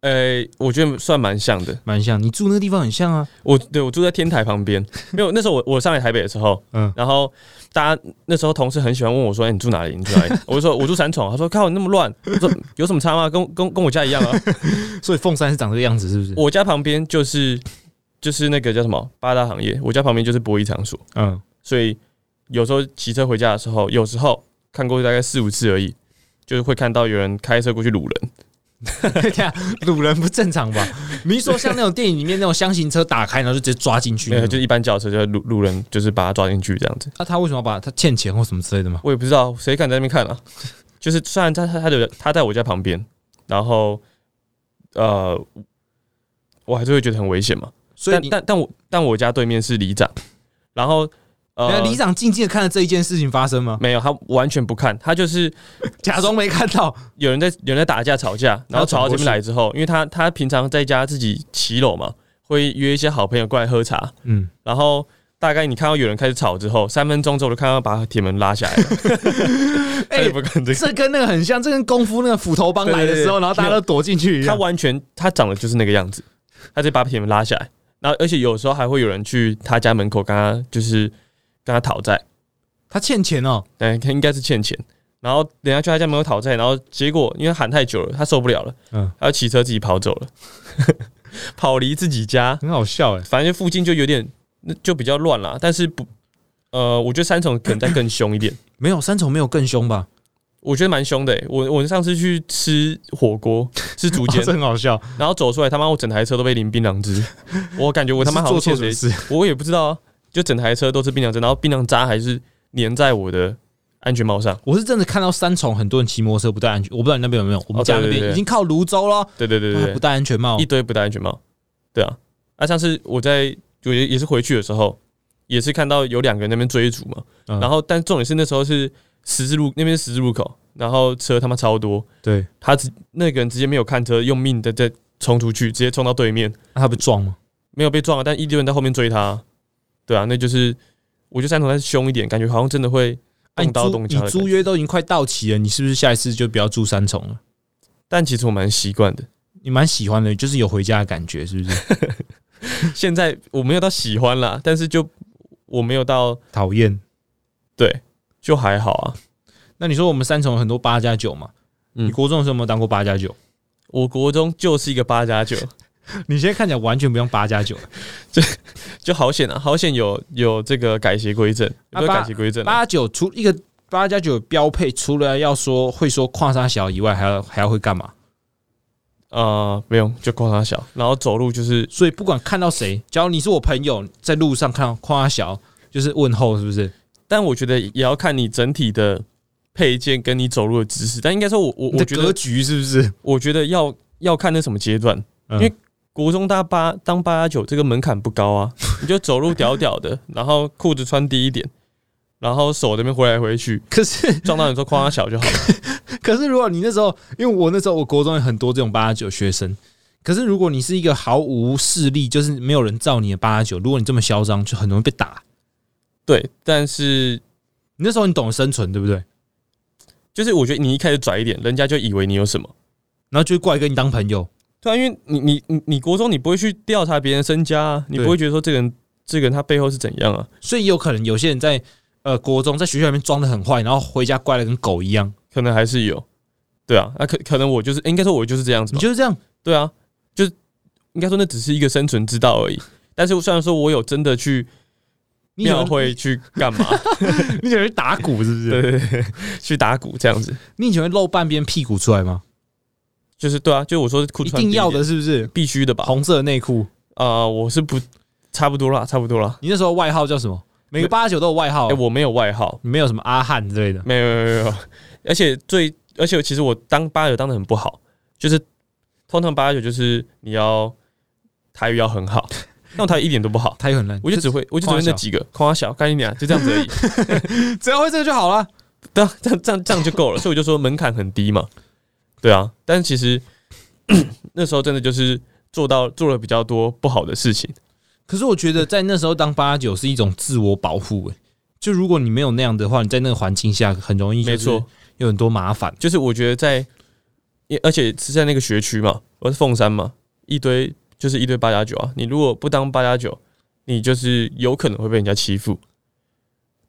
Speaker 2: 呃、我觉得算蛮像的。
Speaker 1: 蛮像，你住那个地方很像啊。
Speaker 2: 我对我住在天台旁边，没有那时候我我上来台北的时候，
Speaker 1: 嗯
Speaker 2: 嗯，然后大家那时候同事很喜欢问我说：“哎、你住哪里？你住哪里？” 我就说：“我住三重。”他说：“靠，你那么乱，我说有什么差吗？跟跟跟我家一样啊。
Speaker 1: 所以凤山是长这个样子，是不是？
Speaker 2: 我家旁边就是就是那个叫什么八大行业，我家旁边就是博弈场所。”
Speaker 1: 嗯，
Speaker 2: 所以有时候骑车回家的时候，有时候看过去大概四五次而已，就是会看到有人开车过去掳人。
Speaker 1: 对呀，鲁人不正常吧？你是说像那种电影里面那种箱型车打开，然后就直接抓进去
Speaker 2: 没
Speaker 1: 那
Speaker 2: 有，
Speaker 1: 种，啊
Speaker 2: 就一般轿车就会掳掳人，就是把他抓进去这样子。
Speaker 1: 那、他为什么要把他欠钱或什么之类的吗？
Speaker 2: 我也不知道谁敢在那边看啊。 就是虽然他他他的他在我家旁边，然后呃，我还是会觉得很危险嘛。
Speaker 1: 所以
Speaker 2: 但
Speaker 1: 你
Speaker 2: 但但我但我家对面是里长，然后
Speaker 1: 那
Speaker 2: 呃，
Speaker 1: 里长静静的看着这一件事情发生吗？
Speaker 2: 没有，他完全不看，他就是
Speaker 1: 嗯假装没看到，
Speaker 2: 有人在有人在打架吵架，然后吵到这边来之后，因为他他平常在家自己骑楼嘛，会约一些好朋友过来喝茶，
Speaker 1: 嗯，
Speaker 2: 然后大概你看到有人开始吵之后，三分钟之后我就看到把铁门拉下来 了，他
Speaker 1: 哎
Speaker 2: 也不看这个，
Speaker 1: 这跟那个很像，这跟功夫那个斧头帮来的时候，
Speaker 2: 对对对
Speaker 1: 然后大家都躲进去一
Speaker 2: 他
Speaker 1: 样。
Speaker 2: 完全他长得就是那个样子，他直接把铁门拉下来，然后而且有时候还会有人去他家门口跟他就是跟他讨债，
Speaker 1: 他欠钱哦，
Speaker 2: 但他应该是欠钱。然后人家去他家门口讨债，然后结果因为喊太久了，他受不了了，
Speaker 1: 嗯
Speaker 2: 他就骑车自己跑走了， 跑离自己家，
Speaker 1: 很好笑哎。
Speaker 2: 反正附近就有点，那就比较乱啦。但是不，呃，我觉得三重可能再更凶一点，
Speaker 1: 没有三重没有更凶吧？
Speaker 2: 我觉得蛮凶的、欸。我我上次去吃火锅，吃竹
Speaker 1: 哦
Speaker 2: 间，
Speaker 1: 这很好笑。
Speaker 2: 然后走出来，他妈我整台车都被淋槟榔汁，我感觉我他妈
Speaker 1: 是
Speaker 2: 好
Speaker 1: 做
Speaker 2: 像
Speaker 1: 错
Speaker 2: 欠
Speaker 1: 什
Speaker 2: 谁
Speaker 1: 么，事？
Speaker 2: 我也不知道啊，就整台车都是槟榔汁，然后槟榔渣还是粘在我的安全帽上。
Speaker 1: 我是真的看到三重很多人骑摩托车不戴安全，我不知道你那边有没有。我们
Speaker 2: 哦
Speaker 1: 家
Speaker 2: 对
Speaker 1: 那
Speaker 2: 对
Speaker 1: 边
Speaker 2: 对
Speaker 1: 已经靠泸州了，
Speaker 2: 对对对
Speaker 1: 他
Speaker 2: 对
Speaker 1: 还
Speaker 2: 对
Speaker 1: 不，戴安全帽
Speaker 2: 一。堆不戴安全帽，对啊。啊，上次我在我也也是回去的时候，也是看到有两个人在那边追逐嘛，
Speaker 1: 嗯
Speaker 2: 然后但重点是那时候是十字路那边是十字路口，然后车他妈超多，
Speaker 1: 对，
Speaker 2: 他直那个人直接没有看车，用命的在冲出去，直接冲到对面，
Speaker 1: 那他不撞吗？
Speaker 2: 没有被撞啊，但一堆人在后面追他，对啊，那就是我觉得三重再凶一点，感觉好像真的会
Speaker 1: 哎，你
Speaker 2: 动刀
Speaker 1: 租
Speaker 2: 动枪
Speaker 1: 你
Speaker 2: 的感觉
Speaker 1: 租约都已经快到期了，你是不是下一次就不要住三重了？
Speaker 2: 但其实我蛮习惯的，
Speaker 1: 你蛮喜欢的，就是有回家的感觉，是不 是？
Speaker 2: 现在我没有到喜欢啦，但是就我没有到
Speaker 1: 讨厌。
Speaker 2: 对，就还好啊。
Speaker 1: 那你说我们三重有很多八加九嘛？
Speaker 2: 嗯
Speaker 1: 你国中的时候有没有当过八加九？
Speaker 2: 我国中就是一个八加九，
Speaker 1: 你现在看起来完全不像八加九，
Speaker 2: 就好险啊，好险有有这个改邪归正，
Speaker 1: 啊
Speaker 2: 不是
Speaker 1: 八
Speaker 2: 改邪归正啊、
Speaker 1: 八九除一个八加九标配，除了要说会说跨沙小以外，还要还要会干嘛？
Speaker 2: 呃，没有，就光他小，然后走路就是
Speaker 1: 所以不管看到谁，假如你是我朋友，在路上看到跨沙小，就是问候，是不是？
Speaker 2: 但我觉得也要看你整体的配件跟你走路的姿势。但应该说我，我我
Speaker 1: 你的
Speaker 2: 觉
Speaker 1: 格
Speaker 2: 得，
Speaker 1: 局是不是？
Speaker 2: 我觉得要要看那什么阶段。因为国中大八当八加九这个门槛不高啊， 你就走路屌屌的，然后裤子穿低一点，然后手这边挥来挥去，
Speaker 1: 可是
Speaker 2: 撞到你说框他小就好了。
Speaker 1: 可是如果你那时候，因为我那时候我国中有很多这种八加九学生。可是，如果你是一个毫无势力，就是没有人罩你的八加九，如果你这么嚣张，就很容易被打。
Speaker 2: 对，但是
Speaker 1: 你那时候你懂得生存，对不对？
Speaker 2: 就是我觉得你一开始拽一点，人家就以为你有什么。
Speaker 1: 然后就会过来跟你当朋友。
Speaker 2: 对啊，因为你你你你国中你不会去调查别人身家啊，你
Speaker 1: 对
Speaker 2: 不会觉得说这个人这个人他背后是怎样啊？
Speaker 1: 所以有可能有些人在呃国中在学校里面装的很坏，然后回家乖的跟狗一样。
Speaker 2: 可能还是有，对啊，那、可可能我就是、应该说我就是这样子
Speaker 1: 你
Speaker 2: 吧，
Speaker 1: 就是这样，
Speaker 2: 对啊，就是应该说那只是一个生存之 道而已。但是虽然说我有真的去
Speaker 1: 你有
Speaker 2: 庙会去干嘛，
Speaker 1: 你以前会打鼓是不是？
Speaker 2: 对对对，去打鼓这样子，
Speaker 1: 你以前会露半边屁股出来吗？
Speaker 2: 就是对啊，就我说裤
Speaker 1: 一
Speaker 2: 子穿
Speaker 1: 定
Speaker 2: 低
Speaker 1: 要
Speaker 2: 点
Speaker 1: 的，是不是？
Speaker 2: 必须的吧？
Speaker 1: 红色的内裤，
Speaker 2: 啊、我是不差不多啦，差不多啦。
Speaker 1: 你那时候外号叫什么？每个八九都有外号
Speaker 2: 哎、，我没有外号，
Speaker 1: 你没有什么阿汉之类的。
Speaker 2: 没有没有没有没 有，而且最而且其实我当八九当的很不好，就是通常八九就是你要台语要 很好，但我台语一点都不好，
Speaker 1: 他也很烂，
Speaker 2: 我就只会我就只会那几个，夸小干一点，就这样子而已，
Speaker 1: 只要会这个就好了。
Speaker 2: 对啊，这样这样这样就够了，所以我就说门槛很低嘛，对啊，但是其实 那时候真的就是做到做了比较多不好的事情，
Speaker 1: 可是我觉得在那时候当八九是一种自我保护、欸，就如果你没有那样的话，你在那个环境下很容易，
Speaker 2: 没错，，
Speaker 1: 有很多麻烦。
Speaker 2: 就是我觉得在，也而且是在那个学区嘛，我是凤山嘛，一堆就是一堆八加九啊。你如果不当八加九，你就是有可能会被人家欺负，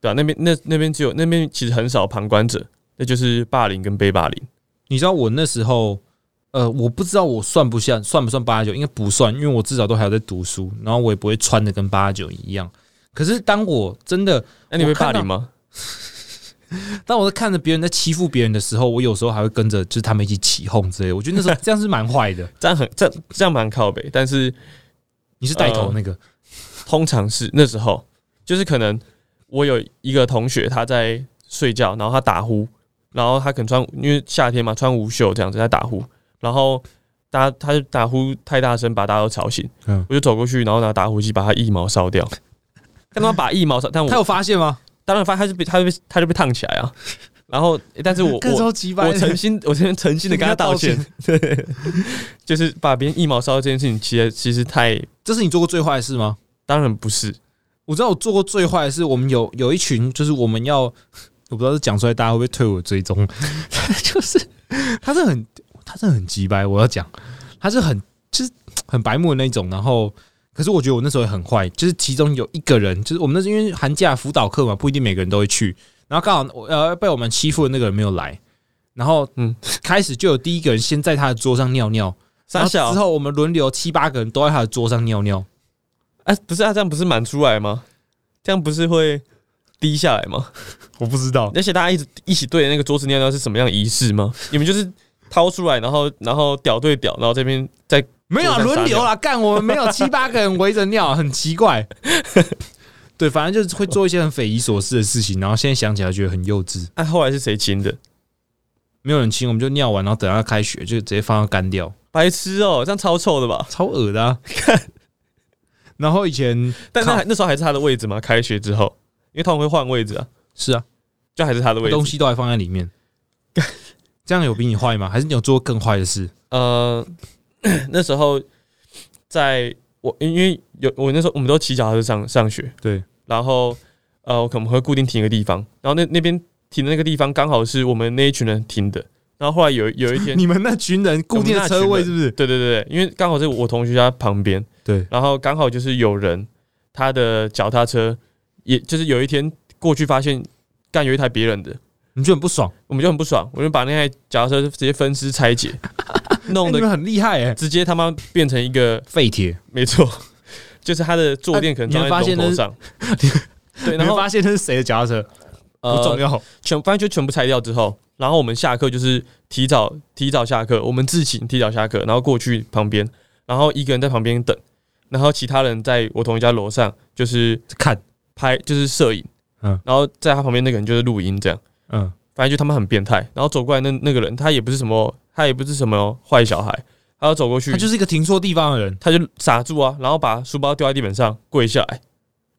Speaker 2: 对啊，那边那那边只有那边其实很少旁观者，那就是霸凌跟被霸凌。
Speaker 1: 你知道我那时候，呃，我不知道我算不算算不算八九，应该不算，因为我至少都还有在读书，然后我也不会穿的跟八九一样。可是当我真的，
Speaker 2: 那你
Speaker 1: 我
Speaker 2: 被
Speaker 1: 看
Speaker 2: 霸
Speaker 1: 到
Speaker 2: 凌吗？
Speaker 1: 当我在看着别人在欺负别人的时候，我有时候还会跟着，就是他们一起起哄之类的。我觉得那时 候这样是蛮坏的。
Speaker 2: 这样很这样这样蛮靠北，但是
Speaker 1: 你是带头
Speaker 2: 呃
Speaker 1: 那个，
Speaker 2: 通常是那时候就是可能我有一个同学他在睡觉，然后他打呼，然后他可能穿因为夏天嘛穿无袖这样子在打呼，然后大家他就打呼太大声把大家都吵醒，
Speaker 1: 嗯
Speaker 2: 我就走过去，然后拿打火机把他腋毛烧掉，干嘛把腋毛上？但
Speaker 1: 他
Speaker 2: 我
Speaker 1: 有发现吗？
Speaker 2: 当然发现他就被他就被他就被烫起来啊。然后，诶但是我
Speaker 1: 更
Speaker 2: 我
Speaker 1: 超级白，
Speaker 2: 我诚心，我诚诚心的跟他道歉
Speaker 1: 你。
Speaker 2: 对， 就是把别人一毛烧这件事情，其实其实太
Speaker 1: 这是你做过最坏的事吗？
Speaker 2: 当然不是。
Speaker 1: 我知道我做过最坏的是，我们有有一群，就是我们要， 我不知道是讲出来大家会不会退我追踪， 就是他是很他是很急白，我要讲，他是很就是很白目的那种，然后。可是我觉得我那时候也很坏，就是其中有一个人，就是我们那时候因为寒假辅导课嘛，不一定每个人都会去，然后刚好我呃被我们欺负的那个人没有来，然后嗯
Speaker 2: 嗯，
Speaker 1: 开始就有第一个人先在他的桌上尿尿，然
Speaker 2: 傻
Speaker 1: 后
Speaker 2: 小
Speaker 1: 之后我们轮流七八个人都在他的桌上尿尿，
Speaker 2: 啊，不是啊，这样不是满出来吗？这样不是会滴下来吗？
Speaker 1: 我不知道，
Speaker 2: 而且大家一直一起对着那个桌子尿尿是什么样的仪式吗？你们就是掏出来，然后然后屌对屌，然后这边再
Speaker 1: 没有啊轮流啦，干我们没有七八个人围着尿， 很奇怪。对，反正就是会做一些很匪夷所思的事情，然后现在想起来觉得很幼稚。
Speaker 2: 啊，后来是谁亲的？
Speaker 1: 没有人亲，我们就尿完，然后等他开学就直接放他干掉，
Speaker 2: 白痴哦、这样超臭的吧？
Speaker 1: 超恶 的、啊。然后以前
Speaker 2: 但那
Speaker 1: 靠
Speaker 2: 还那时候还是他的位置吗？开学之后，因为他们会换位置啊，
Speaker 1: 是啊，
Speaker 2: 就还是他的位置。
Speaker 1: 东西都还放在里面， 这样有比你坏吗？还是你有做过更坏的事？
Speaker 2: 呃， 那时候在我因为有我那时候我们都骑脚踏车上上学，
Speaker 1: 对，
Speaker 2: 然后呃我可能会固定停一个地方，然后那那边停的那个地方刚好是我们那一群人停的，然后后来有有一 天，
Speaker 1: 你们那群人固定的车位是不是？
Speaker 2: 对对对对，因为刚好是我同学家旁边，
Speaker 1: 对，
Speaker 2: 然后刚好就是有人他的脚踏车，也就是有一天过去发现干有一台别人的，
Speaker 1: 你就很不爽，
Speaker 2: 我们就很不爽，我就把那台脚踏车直接分尸拆解，弄
Speaker 1: 欸你
Speaker 2: 得
Speaker 1: 们很厉害哎、
Speaker 2: 直接他妈变成一个
Speaker 1: 废铁，
Speaker 2: 没错， 就是它的坐垫可能
Speaker 1: 啊你们
Speaker 2: 装
Speaker 1: 发
Speaker 2: 在
Speaker 1: 现
Speaker 2: 龙头上。 对，
Speaker 1: 你
Speaker 2: 然
Speaker 1: 们
Speaker 2: 后
Speaker 1: 发现那是谁的脚踏车？不重
Speaker 2: 呃，
Speaker 1: 要，
Speaker 2: 全反正就全部拆掉之后，然后我们下课就是提早提早下课，我们自己提早下课，然后过去旁边，然后一个人在旁边等，然后其他人在我同学家楼上就是
Speaker 1: 看，
Speaker 2: 拍就是摄影，
Speaker 1: 嗯
Speaker 2: 嗯，然后在他旁边那个人就是录音这样。
Speaker 1: 嗯。
Speaker 2: 反正就他们很变态，然后走过来那那个人，他也不是什么，他也不是什么坏小孩，他要走过去，
Speaker 1: 他就是一个停错地方的人，
Speaker 2: 他就傻住啊，然后把书包掉在地板上，跪下来，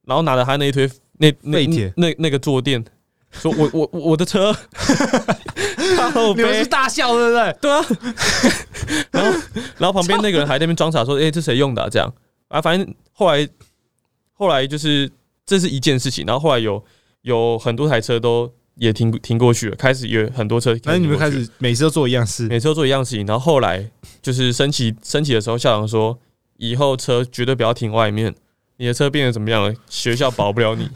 Speaker 2: 然后拿着他那一推那那
Speaker 1: 废铁
Speaker 2: 那那个坐垫，说我我我我的车， 靠
Speaker 1: 你们是
Speaker 2: 背，
Speaker 1: 大笑对不对？
Speaker 2: 对啊，然后然后旁边那个人还在那边装傻说，诶，这谁用的、啊？这样啊，反正后来后来就是这是一件事情，然后后来有有很多台车都也停停过去了，开始有很多车，
Speaker 1: 反正你们开。始每次都做一样事，
Speaker 2: 每次都做一样事情，然后后来就是升旗升旗的时候，校长说以后车绝对不要停外面，你的车变得怎么样了，学校保不了你，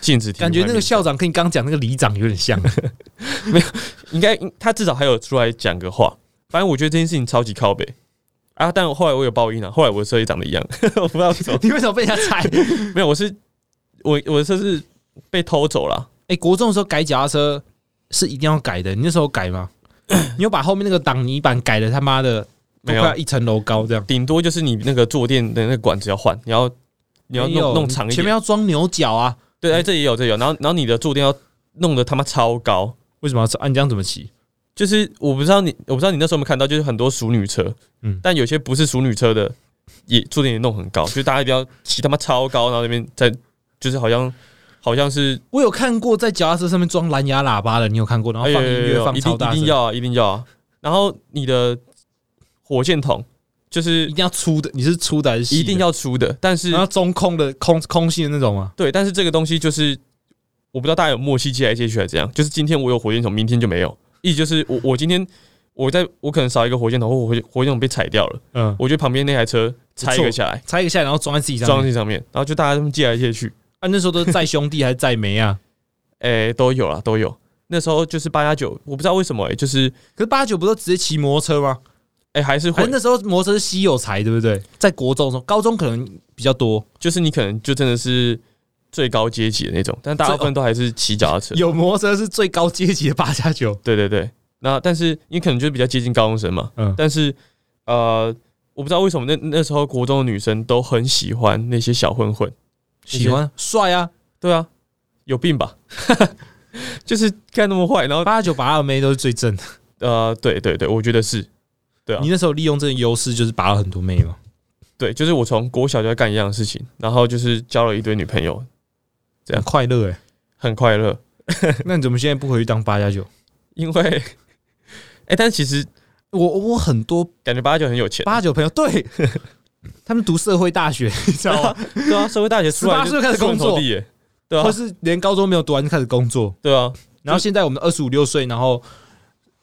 Speaker 2: 禁止停外
Speaker 1: 感
Speaker 2: 面。
Speaker 1: 觉那个校长跟你刚讲那个里长有点 像，
Speaker 2: 应该他至少还有出来讲个话，反正我觉得这件事情超级靠北啊！但后来我有报应啊，后来我的车也长得一样， 我不知道为什么，
Speaker 1: 你为什么被人家踩？
Speaker 2: 没有，我是我我的车是被偷走了，
Speaker 1: 哎，国中的时候改脚踏车是一定要改的，你那时候改 吗？你有把后面那个挡泥板改的他妈的都
Speaker 2: 没
Speaker 1: 快
Speaker 2: 有
Speaker 1: 要一层楼高这样，
Speaker 2: 顶多就是你那个坐垫的那个管子要换，你要你要
Speaker 1: 没有
Speaker 2: 弄弄长一
Speaker 1: 哎前面
Speaker 2: 点，
Speaker 1: 要装牛角啊？
Speaker 2: 对，哎，这也有这也有，然后然后你的坐垫要弄得他妈超高。
Speaker 1: 为什么要装？啊，你这样怎么骑？
Speaker 2: 就是我不知道你，我不知道你那时候有没有看到，就是很多熟女车，
Speaker 1: 嗯
Speaker 2: 嗯，但有些不是熟女车的，也坐垫也弄很高，就是大家一定要骑他妈超高，然后那边在就是好像好像是
Speaker 1: 我有看过在脚踏车上面装蓝牙喇叭的，你有看过？然后啊放音
Speaker 2: 哎呦呦
Speaker 1: 乐
Speaker 2: 呦
Speaker 1: 放
Speaker 2: 一定
Speaker 1: 超大
Speaker 2: 一
Speaker 1: 声
Speaker 2: 定，要啊，一定要啊。然后你的火箭筒就是
Speaker 1: 一定要粗的，你是粗的还是细的？啊
Speaker 2: 一定要出的，但是
Speaker 1: 然后中空的空空性的那种啊吗？
Speaker 2: 对，但是这个东西就是我不知道大家有默契借来借去还是怎样，就是今天我有火箭筒，明天就没有，意思就是我我今天我在我可能少一个火箭筒，或我火箭火箭筒被踩掉了，
Speaker 1: 嗯，
Speaker 2: 我觉得旁边那台车拆一
Speaker 1: 不错
Speaker 2: 个下来。
Speaker 1: 拆一个下来，然后装在自己上面
Speaker 2: 装进上面，然后就大家这么借来借去，
Speaker 1: 啊，那时候都是载兄弟还是载妹啊？
Speaker 2: 哎、都有啦，都有。那时候就是八加九，我不知道为什么、哎，就是
Speaker 1: 可是八九不都直接骑摩托车吗？
Speaker 2: 哎、还是
Speaker 1: 哎
Speaker 2: 会，，
Speaker 1: 那时候摩托车是稀有才，对不对？在国中的时候，高中可能比较多，
Speaker 2: 就是你可能就真的是最高阶级的那种，但大部分都还是骑脚踏车。
Speaker 1: 有摩托车是最高阶级的八加九。
Speaker 2: 对对对，那但是你可能就比较接近高中生嘛，
Speaker 1: 嗯
Speaker 2: 但是呃，我不知道为什么那那时候国中的女生都很喜欢那些小混混，
Speaker 1: 喜欢帅啊，
Speaker 2: 对啊，有病吧？ 就是干那么坏，然后
Speaker 1: 八九把二妹都是最正的。
Speaker 2: 呃，对对对，我觉得是，对啊
Speaker 1: 你那时候利用这个优势，就是把了很多妹嘛。
Speaker 2: 对，就是我从国小就在干一样的事情，然后就是交了一堆女朋友，这样
Speaker 1: 很快 乐哎、
Speaker 2: 很快乐，
Speaker 1: 那你怎么现在不回去当八加九？
Speaker 2: 因为，哎、但是其实
Speaker 1: 我我很多
Speaker 2: 感觉八九很有钱，
Speaker 1: 八九朋友， 对他们读社会大学，你知 道吗？
Speaker 2: 对啊，社会大学出来
Speaker 1: 18岁开始工作
Speaker 2: 出人头地耶，对
Speaker 1: 或
Speaker 2: 啊，
Speaker 1: 是连高中没有读完就开始工作，
Speaker 2: 对啊，
Speaker 1: 然后现在我们二十五六岁，然后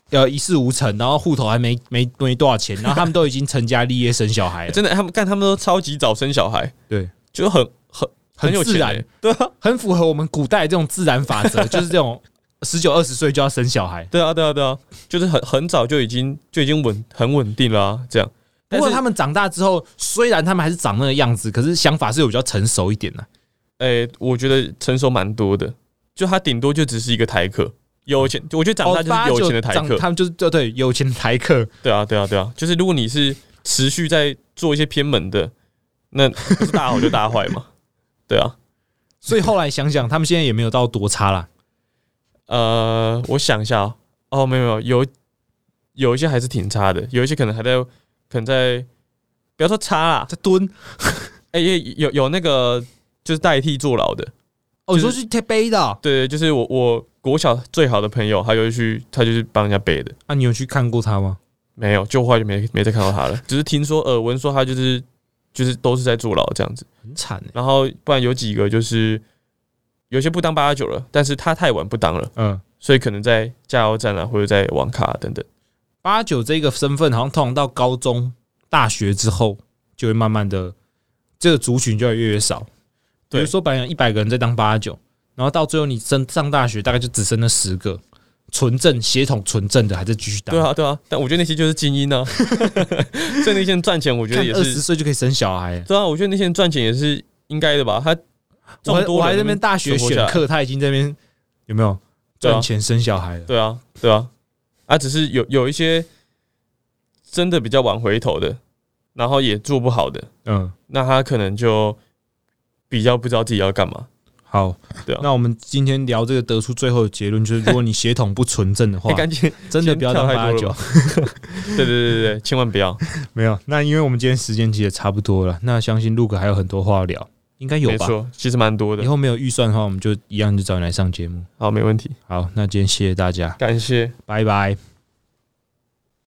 Speaker 1: 呃一事无成，然后户头还没没没多少钱，然后他们都已经成家立业生小孩了，
Speaker 2: 哎真的，他们干他们都超级早生小孩，
Speaker 1: 对，
Speaker 2: 就很很
Speaker 1: 很
Speaker 2: 有
Speaker 1: 自
Speaker 2: 钱
Speaker 1: 然
Speaker 2: 耶，对啊，
Speaker 1: 很符合我们古代这种自然法则，就是这种十九二十岁就要生小孩。
Speaker 2: 对啊，对啊，对啊，就是很很早就已经就已经稳很稳定了、啊，这样。
Speaker 1: 不
Speaker 2: 但
Speaker 1: 过
Speaker 2: 是
Speaker 1: 他
Speaker 2: 们
Speaker 1: 们长大之后，虽然他们还是长那个样子，可是想法是有比较成熟一点的、
Speaker 2: 诶、哎我觉得成熟蛮多的，就他顶多就只是一个台客，有钱，我觉得长大就是有钱的台
Speaker 1: 哦八
Speaker 2: 客
Speaker 1: 九长。他们就是对对有钱的台客，
Speaker 2: 对啊，对啊，对啊，就是如果你是持续在做一些偏门的，那不是大好就大坏嘛。对啊，
Speaker 1: 所以后来想想，他们现在也没有到多差啦。
Speaker 2: 呃，我想一下哦，哦，没有没有，有有一些还是挺差的，有一些可能还在，可能在，不要说差啦，
Speaker 1: 在蹲
Speaker 2: 哎、也有有那个就是代替坐牢的，
Speaker 1: 哦，你
Speaker 2: 就
Speaker 1: 说
Speaker 2: 是
Speaker 1: 去贴杯的哦、
Speaker 2: 对，就是我我国小最好的朋友，他就去他就是帮人家背的，
Speaker 1: 啊？你有去看过他吗？
Speaker 2: 没有，就后来就没没再看到他了，只是听说耳闻说他就是就是都是在坐牢这样子，
Speaker 1: 很惨欸
Speaker 2: 然后不然有几个就是有些不当八加九了，但是他太晚不当了，
Speaker 1: 嗯，
Speaker 2: 所以可能在加油站啊或者在网咖、等等，
Speaker 1: 八九这个身份好像通常到高中、大学之后，就会慢慢的这个族群就会越来越少。比
Speaker 2: 对
Speaker 1: 如说，本来有一百个人在当八九，然后到最后你升上大学，大概就只剩那十个纯正血统纯正的还在继续当。
Speaker 2: 对，啊对啊，但我觉得那些就是精 英啊，所以那些人赚钱我觉得
Speaker 1: 看
Speaker 2: 也
Speaker 1: 二十
Speaker 2: 是，
Speaker 1: 岁就可以生小孩欸，
Speaker 2: 对啊，我觉得那些人赚钱也是应该的吧，他
Speaker 1: 我
Speaker 2: 众
Speaker 1: 还
Speaker 2: 多
Speaker 1: 我还
Speaker 2: 人
Speaker 1: 在那边大学
Speaker 2: 存活下
Speaker 1: 选
Speaker 2: 来
Speaker 1: 课，他已经在那边有没有
Speaker 2: 对啊
Speaker 1: 赚钱生小孩了？
Speaker 2: 对啊，对啊，啊，只是有有一些真的比较晚回头的，然后也做不好的，
Speaker 1: 嗯，
Speaker 2: 那他可能就比较不知道自己要干嘛。
Speaker 1: 好，
Speaker 2: 对啊
Speaker 1: 那我们今天聊这个得出最后的结论就是，如果你血统不纯正的话
Speaker 2: 哎，，感觉
Speaker 1: 真的不要当八九。
Speaker 2: 对对对对，千万不要，
Speaker 1: 没有，那因为我们今天时间其实也差不多了，那相信陆哥还有很多话要聊，应该有
Speaker 2: 没
Speaker 1: 吧？
Speaker 2: 错，其实蛮多
Speaker 1: 以
Speaker 2: 的。
Speaker 1: 后没有预算的话，我们就一样就找你来上节目。
Speaker 2: 好，没问题，
Speaker 1: 好，那今天谢谢大家，
Speaker 2: 感谢。
Speaker 1: 拜拜。